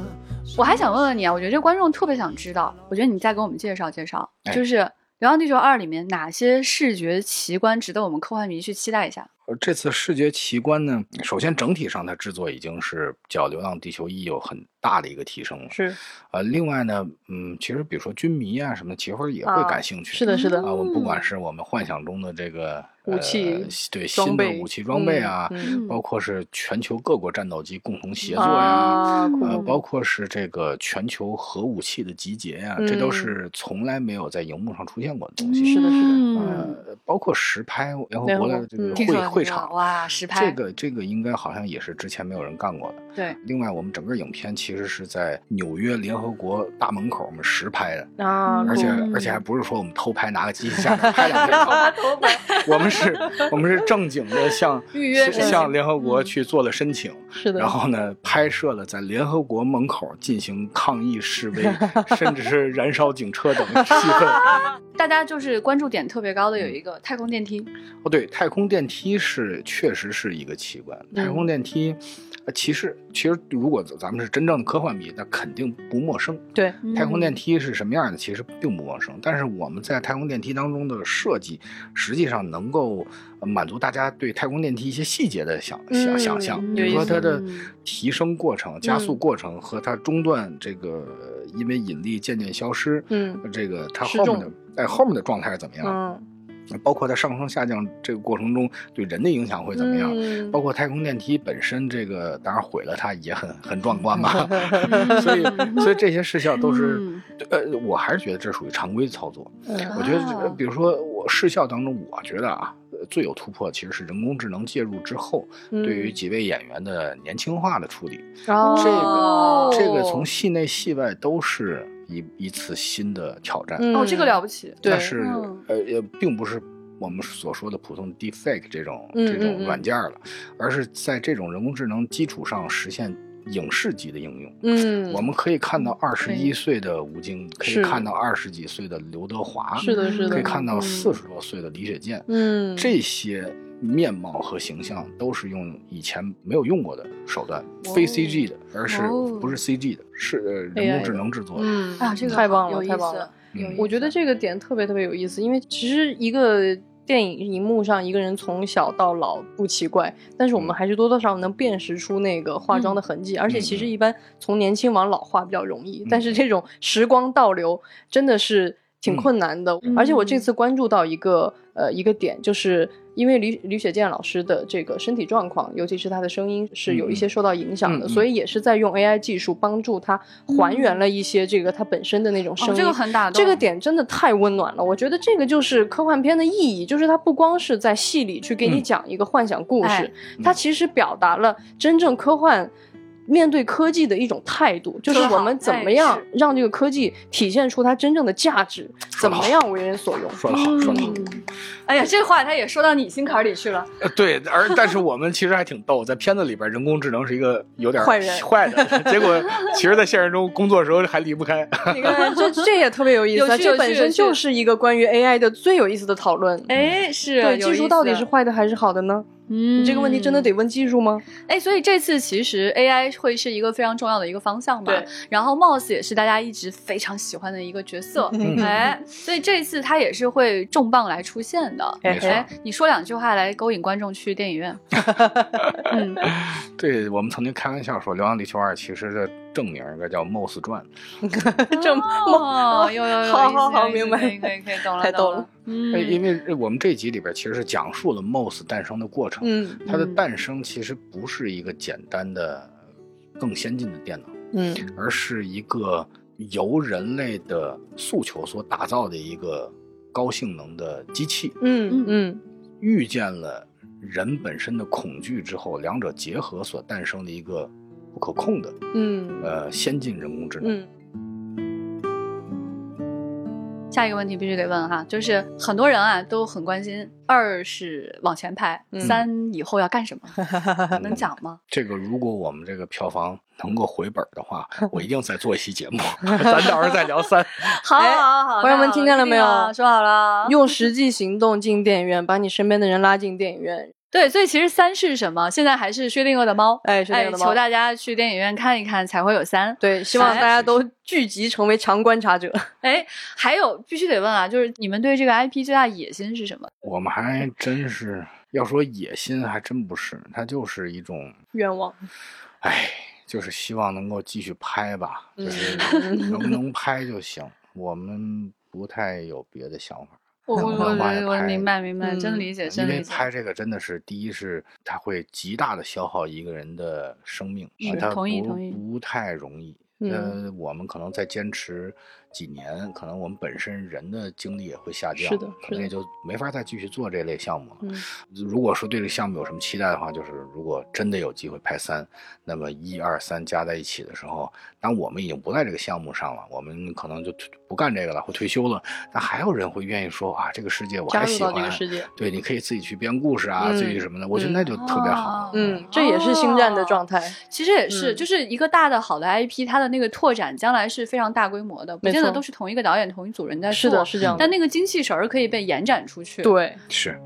S1: 我还想问问你啊，我觉得这观众特别想知道，我觉得你再给我们介绍介绍，
S3: 哎
S1: 就是《流浪地球二》里面哪些视觉奇观值得我们科幻迷去期待一下？
S3: 呃，这次视觉奇观呢，首先整体上它制作已经是较《流浪地球一》有很大的一个提升了。
S2: 是
S3: 呃，另外呢，嗯，其实比如说军迷啊什么的，其实也会
S2: 啊
S3: 感兴趣。
S2: 是的，是的，
S3: 啊，我们不管
S1: 嗯
S3: 是我们幻想中的这个
S2: 武器
S3: 呃、对
S2: 装
S3: 新的
S2: 备
S3: 武器装备啊，
S2: 嗯
S3: 包括是全球各国战斗机共同协作呀、
S2: 啊，
S1: 嗯
S3: 呃，包括是这个全球核武器的集结呀、这
S2: 嗯
S3: 都是从来没有在荧幕上出现过的东西。
S2: 是的是的
S1: 嗯，
S3: 呃，包括实拍联合
S2: 联合
S3: 国的
S2: 国
S3: 这个
S2: 嗯
S1: 听说
S3: 会
S1: 了
S3: 会
S1: 听说了
S3: 场，
S1: 哇，实拍，
S3: 这个这个应该好像也是之前没有人干过的。
S1: 对，
S3: 另外，我们整个影片其实是在纽约联合国大门口我们实拍的，
S2: 啊，
S3: 而且
S1: 嗯
S3: 而且还不是说我们偷拍拿个机器下来
S1: [LAUGHS]
S3: 拍两张
S2: 头发，
S3: 我们是，我们是正经的向
S1: [LAUGHS] 预约嗯申请
S3: 向联合国去做了申请，
S2: 是的，
S3: 然后呢，拍摄了在联合国门口进行抗议
S1: [LAUGHS]
S3: 示威，甚至是燃烧警车等戏份。
S1: 大家就是关注点特别高的有一个太空电梯，
S3: 哦，对，太空电梯是确实是一个奇观。太
S2: 嗯
S3: 空电梯，呃其实其实如果咱们是真正的科幻迷，那肯定不陌生。
S2: 对，嗯
S3: 太空电
S1: 梯，
S3: 梯是什么样的，其实并不陌生。但是我们在太空电梯当中的设计，实际上能够呃满足大家对太空电梯一些细节的想想
S2: 嗯
S3: 想象，比
S2: 有
S3: 如
S2: 意
S3: 说
S2: 思嗯
S3: 它的
S1: 嗯
S3: 提升过程、加速过程和它中段这个呃因为引力渐渐消失，
S2: 嗯
S3: 这个它
S2: 失
S3: 后面
S2: 重
S3: 的哎后面的状态是怎么样？
S2: 嗯，
S3: 包括它上升下降这个过程中对人的影响会怎么样？
S2: 嗯
S3: 包括太空电梯本身，这个当然毁了它也很很壮观
S2: [LAUGHS]
S3: 吧。嗯所以，
S1: [LAUGHS]
S3: 所以这些事项都是
S1: 嗯，
S3: 呃，我还是觉得这属于常规操作。
S2: 嗯
S3: 我觉得这
S1: 啊
S3: 个，比如说我视效当中，我觉得啊，呃最有突破其实是人工智能介入之后，
S2: 嗯
S3: 对于几位演员的年轻化的处理，
S1: 这个
S2: 哦
S3: 这个从戏内戏外都是一一次新的挑战。
S2: 嗯
S1: 哦，这个了不起，
S2: 对
S3: 但是
S1: 嗯
S3: 呃，也并不是我们所说的普通 deepfake 这种
S2: 嗯
S3: 这
S2: 嗯嗯
S3: 种软件了，而是在这种人工智能基础上实现影视级的应用。
S2: 嗯，
S3: 我们可以看到二十
S1: 可
S3: 一
S1: 以
S3: 岁的吴京，可以
S2: 是
S3: 看到二十几岁的刘德华，
S2: 是的是的
S3: 可以看到
S1: 嗯
S3: 四十多岁的李雪健，
S2: 嗯
S3: 这些面貌和形象都是用以前没有用过的手段，
S1: 哦
S3: 非 CG 的，而是
S1: 哦
S3: 不是 CG 的，是呃
S2: AI
S3: 人
S2: 的
S3: 工智能制作的。
S2: 嗯
S1: 啊，这个
S2: 太棒
S1: 有
S2: 了，
S1: 意
S2: 太棒
S1: 思
S2: 了！
S1: 有意
S3: 嗯
S1: 思
S2: 我觉得这个点特别特别有意思，因为其实一个电影荧幕上一个人从小到老不奇怪，但是我们
S3: 嗯
S2: 还是多多少少能辨识出那个化
S1: 嗯
S2: 妆的痕迹，而且其实一般从年轻往老化比较容易，
S3: 嗯
S2: 但是这种时光倒流真的是挺困难的。
S1: 嗯
S2: 而且我这次关注到一个呃一个点，就是因为李李雪健老师的这个身体状况，尤其是他的声音是有一些
S3: 嗯嗯
S2: 受到影响的，
S3: 嗯嗯
S2: 所以也是在用 AI 技术帮助他还原了一些这个他本身的那种声
S1: 嗯
S2: 音。
S1: 哦，这个很打动，
S2: 这个点真的太温暖了，我觉得这个就是科幻片的意义，就是它不光是在戏里去给你
S3: 嗯
S2: 讲一个幻想故事，
S1: 哎
S2: 它其实表达了真正科幻面对科技的一种态度，就是
S1: 说得好
S2: 我们怎么样
S1: 哎
S2: 让这个科技体现出它真正的价值，
S3: 说
S2: 怎
S3: 得好
S2: 么样为人
S1: [LAUGHS]
S2: 所用。
S3: 说得好，说得好。
S1: 嗯哎呀，这话他也说到你心坎儿里去
S3: [LAUGHS]
S1: 了。
S3: 呃对，而但是我们其实还挺逗，在片子里边，人工智能是一个有点
S2: 坏人
S3: 坏的， [LAUGHS] 结果其实，在现实中工作的时候还离不开。
S2: 你看，嗯 [LAUGHS] 这这也特别有意思、
S1: 有
S2: 啊，
S1: 趣
S2: 这
S1: 有趣
S2: 本身
S1: 有趣
S2: 就是一个关于 AI 的最有意思的讨论。
S1: 哎，是
S2: 对，技术到底是坏的还是好的呢？
S1: 啊嗯
S2: 你这个问题真的得问技术吗？ [LAUGHS]
S1: 哎，所以这次其实 AI 会是一个非常重要的一个方向吧
S2: 对。
S1: 然后 Moss 也是大家一直非常喜欢的一个角色，
S2: 嗯 [LAUGHS]
S1: 哎，所以这次他也是会重磅来出现的。
S3: 没错
S1: 哎，你说两句话来勾引观众去电影
S2: [LAUGHS]
S1: 院。嗯，
S3: 对我们曾经开玩笑说，《流浪地球二》其实的正名应该叫《Moss 传》，
S2: 嗯这
S1: 哦，有有有，有
S2: 好
S1: 意思
S2: 好好
S1: 有意思
S2: 明白
S1: 可以可以可以，懂了，
S2: 太
S1: 懂
S2: 逗了。
S3: 哎
S1: 嗯，
S3: 因为我们这集里边其实是讲述了 Moss 诞生的过程。
S2: [LAUGHS] 嗯
S3: 它的
S1: 嗯
S3: 诞生其实不是一个简单的、更先进的电脑，
S2: 嗯
S3: 而是一个由人类的诉求所打造的一个高性能的机器。
S2: 嗯嗯
S3: 遇见了人本身的恐惧之后，两者结合所诞生的一个不可控的
S2: 嗯
S3: 呃先进人工智能。
S2: 嗯
S1: 下一个问题必须得问哈，就是很多人啊都很关心，二是往前拍，
S2: 嗯
S1: 三以后要干什么？
S2: [LAUGHS]
S3: 嗯
S1: 能讲吗？
S3: 这个，如果我们这个票房能够回本
S2: [LAUGHS]
S3: 的话，我一定再做一期节目，咱到时候再聊三。
S1: 好
S2: 哎
S1: 好好，
S2: 朋友们
S1: 那
S2: 听见了没有
S1: 一定要说好了。
S2: 用实际行动进电影院，把你身边的人拉进电影院。
S1: 对，所以其实三是什么？现在还是薛定谔的猫，
S2: 哎薛定谔的猫
S1: 求大家去电影院看一看，才会有三。
S2: 对，希望
S1: 哎
S2: 大家都聚集成为强观察者。 [LAUGHS]
S1: 哎，还有必须得问啊，就是你们对这个 IP 最大野心是什么？
S3: 我们还真是要说野心，还真不是，它就是一种，
S2: 愿望，
S3: 哎，就是希望能够继续拍吧，
S2: 嗯 [LAUGHS]
S3: 就是能不能拍就行，我们不太有别的想法。
S1: [LAUGHS] 我我我
S3: 能往外
S1: 我
S3: 拍
S1: 明白明白，
S2: 嗯
S1: 真理解真
S3: 因
S1: 理
S3: 为
S1: 解。
S3: 拍这个真的是，第一是它会极大的消耗一个人的生命，啊
S1: 是
S3: 它
S1: 同意
S3: 不
S1: 同意
S3: 不太容易。
S2: 嗯
S3: 呃，我们可能再坚持几年，可能我们本身人的精力也会下降，
S2: 是的
S3: 可
S2: 是
S3: 能也
S2: 的
S3: 就没法再继续做这类项目了。
S2: 嗯
S3: 如果说对这个项目有什么期待的话，就是如果真的有机会拍三，那么一二三加在一起的时候，当我们已经不在这个项目上了，我们可能就退不干这个了，或退休了，那还有人会愿意说啊，这个世界我
S2: 加
S3: 还
S2: 入
S3: 喜
S2: 到
S3: 欢，
S2: 这个世界。
S3: 对，你可以自己去编故事啊，
S2: 嗯
S3: 自己什么的，我觉得那就特别好。
S2: 嗯，这也是星战的状态。
S1: 其实也是，
S2: 嗯
S1: 就是一个大的好的 IP，它的那个拓展将来是非常大规模的，不
S2: 没
S1: 见得
S2: 错
S1: 都是同一个导演、同一组人在做。
S2: 是的，是这样的
S1: 但。那个精气神儿可以被延展出去。，
S2: 对，
S3: 是，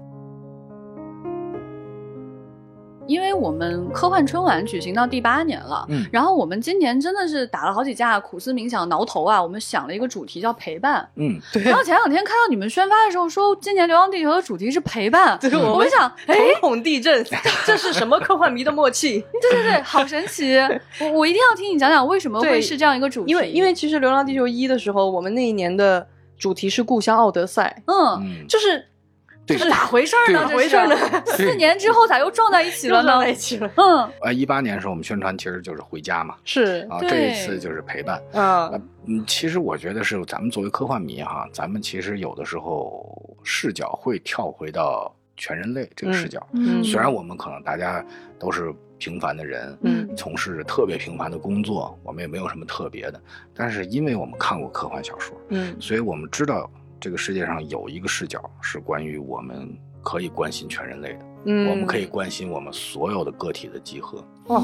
S1: 因为我们科幻春晚举行到第八年了，
S3: 嗯
S1: 然后我们今年真的是打了好几架苦思冥想、挠头啊，我们想了一个主题叫陪伴。
S3: 嗯，
S2: 对
S1: 然后前两天看到你们宣发的时候说，今年《流浪地球》的主题是陪伴，
S2: 对我
S1: 我
S2: 们
S1: 们想，哎，
S2: 瞳孔地震，这是什么科幻迷的默契？
S1: 对对对，好神奇！我我一定要听你讲讲为什么会
S2: 对
S1: 是这样一个主题，
S2: 因为因为其实《流浪地球一》的时候，我们那一年的主题是故乡奥德赛，
S1: 嗯，
S3: 嗯，
S2: 就是
S1: 这
S3: 对
S1: 是咋回事儿
S3: 对
S1: 呢？
S3: 咋
S1: 这
S2: 回
S1: 是
S2: 事儿呢？
S1: 四年之后咋又撞在一起了呢？
S2: 起了，
S1: 嗯，
S3: 啊，一八年时候我们宣传其实就是回家嘛，
S2: 是
S3: 啊，
S1: 对
S3: 这一次就是陪伴。
S2: 啊
S3: 啊，嗯，其实我觉得是咱们作为科幻迷哈，咱们其实有的时候视角会跳回到全人类这个视
S2: 嗯
S3: 角，
S1: 嗯
S3: 虽然我们可能大家都是平凡的人。
S2: 嗯
S3: 从事着特别平凡的工作，我们也没有什么特别的，但是因为我们看过科幻小说，
S2: 嗯
S3: 所以我们知道这个世界上有一个视角是关于我们可以关心全人类的，
S2: 嗯，
S3: 我们可以关心我们所有的个体的集合。
S2: 哇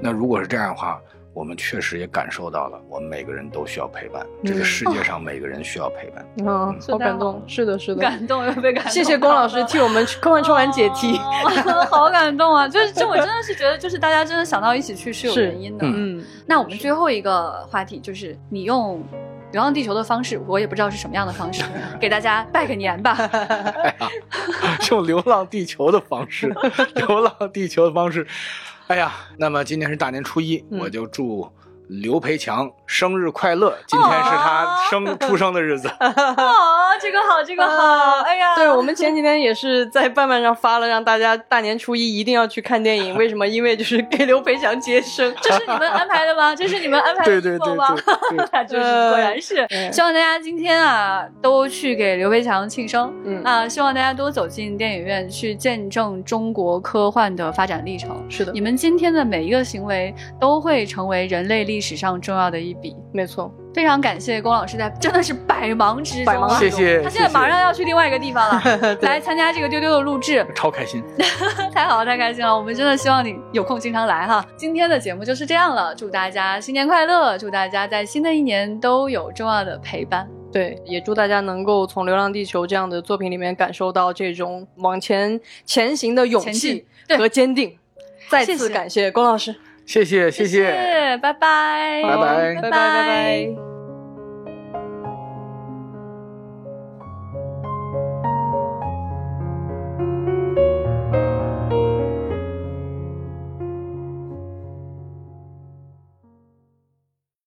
S3: 那如果是这样的话，我们确实也感受到了，我们每个人都需要陪伴，这个
S2: 嗯
S3: 世界上每个人需要陪伴。
S2: 嗯，
S1: 哦是
S2: 好
S1: 的
S2: 感动，是的，是的，
S1: 感动又被感动到了，
S2: 谢谢龚老师替我们 [LAUGHS] 科幻春晚解题，
S1: 哦 [LAUGHS] 好感动啊！就是这，我真的是觉得，就是大家真的想到一起去是有
S2: 是
S1: 原因的。
S3: 嗯
S2: 嗯
S1: 那我们最后一个话题就是，你用《流浪地球》的方式，我也不知道是什么样的方
S3: [LAUGHS]
S1: 式，给大家拜个年吧。哦
S3: 嗯 [LAUGHS] 用流浪地球的方
S2: [LAUGHS]
S3: 式，流浪地球的方式。哎呀，那么今天是大年初一，
S2: 嗯
S3: 我就祝刘培强生日快乐！今天是
S2: 哦
S3: 他生、出生的日
S2: [LAUGHS]
S3: 子。
S2: 哎
S1: 哦，这个好，这个好，
S3: [LAUGHS]
S2: 啊
S1: 哎呀，
S2: 对，我们前几天也是在伴伴上发了，让大家大年初一一定要去看
S1: [LAUGHS]
S2: 电影。为什么？因为就是给刘培强接生。
S1: 这是你们安排的
S3: [LAUGHS]
S1: 吗？这是你们安排的
S3: 对
S1: 衣
S3: 对
S1: 服
S3: 对呃
S1: 吗？
S3: 对对，
S1: 就是果然是，
S2: 嗯
S1: 希望大家今天啊都去给刘培强庆生，
S2: 嗯
S1: 啊，希望大家多走进电影院，去见证中国科幻的发展历程。
S2: 是的
S1: 你，们今天的每一个行为都会成为人类历史上重要的一笔。
S2: 没错，
S1: 非常感谢龚老师在真的是百忙之中、啊，
S2: 百忙
S3: 谢谢，
S1: 他现在马上要去另外一个地方了，
S2: 对
S1: 来参加这个丢丢的录制
S3: 谢谢，超开心。
S1: 太好了，太开心了！我们真的希望你有空经常来哈。今天的节目就是这样了，祝大家新年快乐，祝大家在新的一年都有重要的陪伴。
S2: 对，也祝大家能够从《流浪地球》这样的作品里面感受到这种往前前行的勇
S1: 前进
S2: 气
S1: 对
S2: 和坚定。再
S1: 谢
S2: 次
S1: 谢
S2: 感谢龚老师，
S3: 谢谢，谢
S1: 谢，拜拜，
S3: 拜拜
S1: 拜
S2: 拜拜。拜拜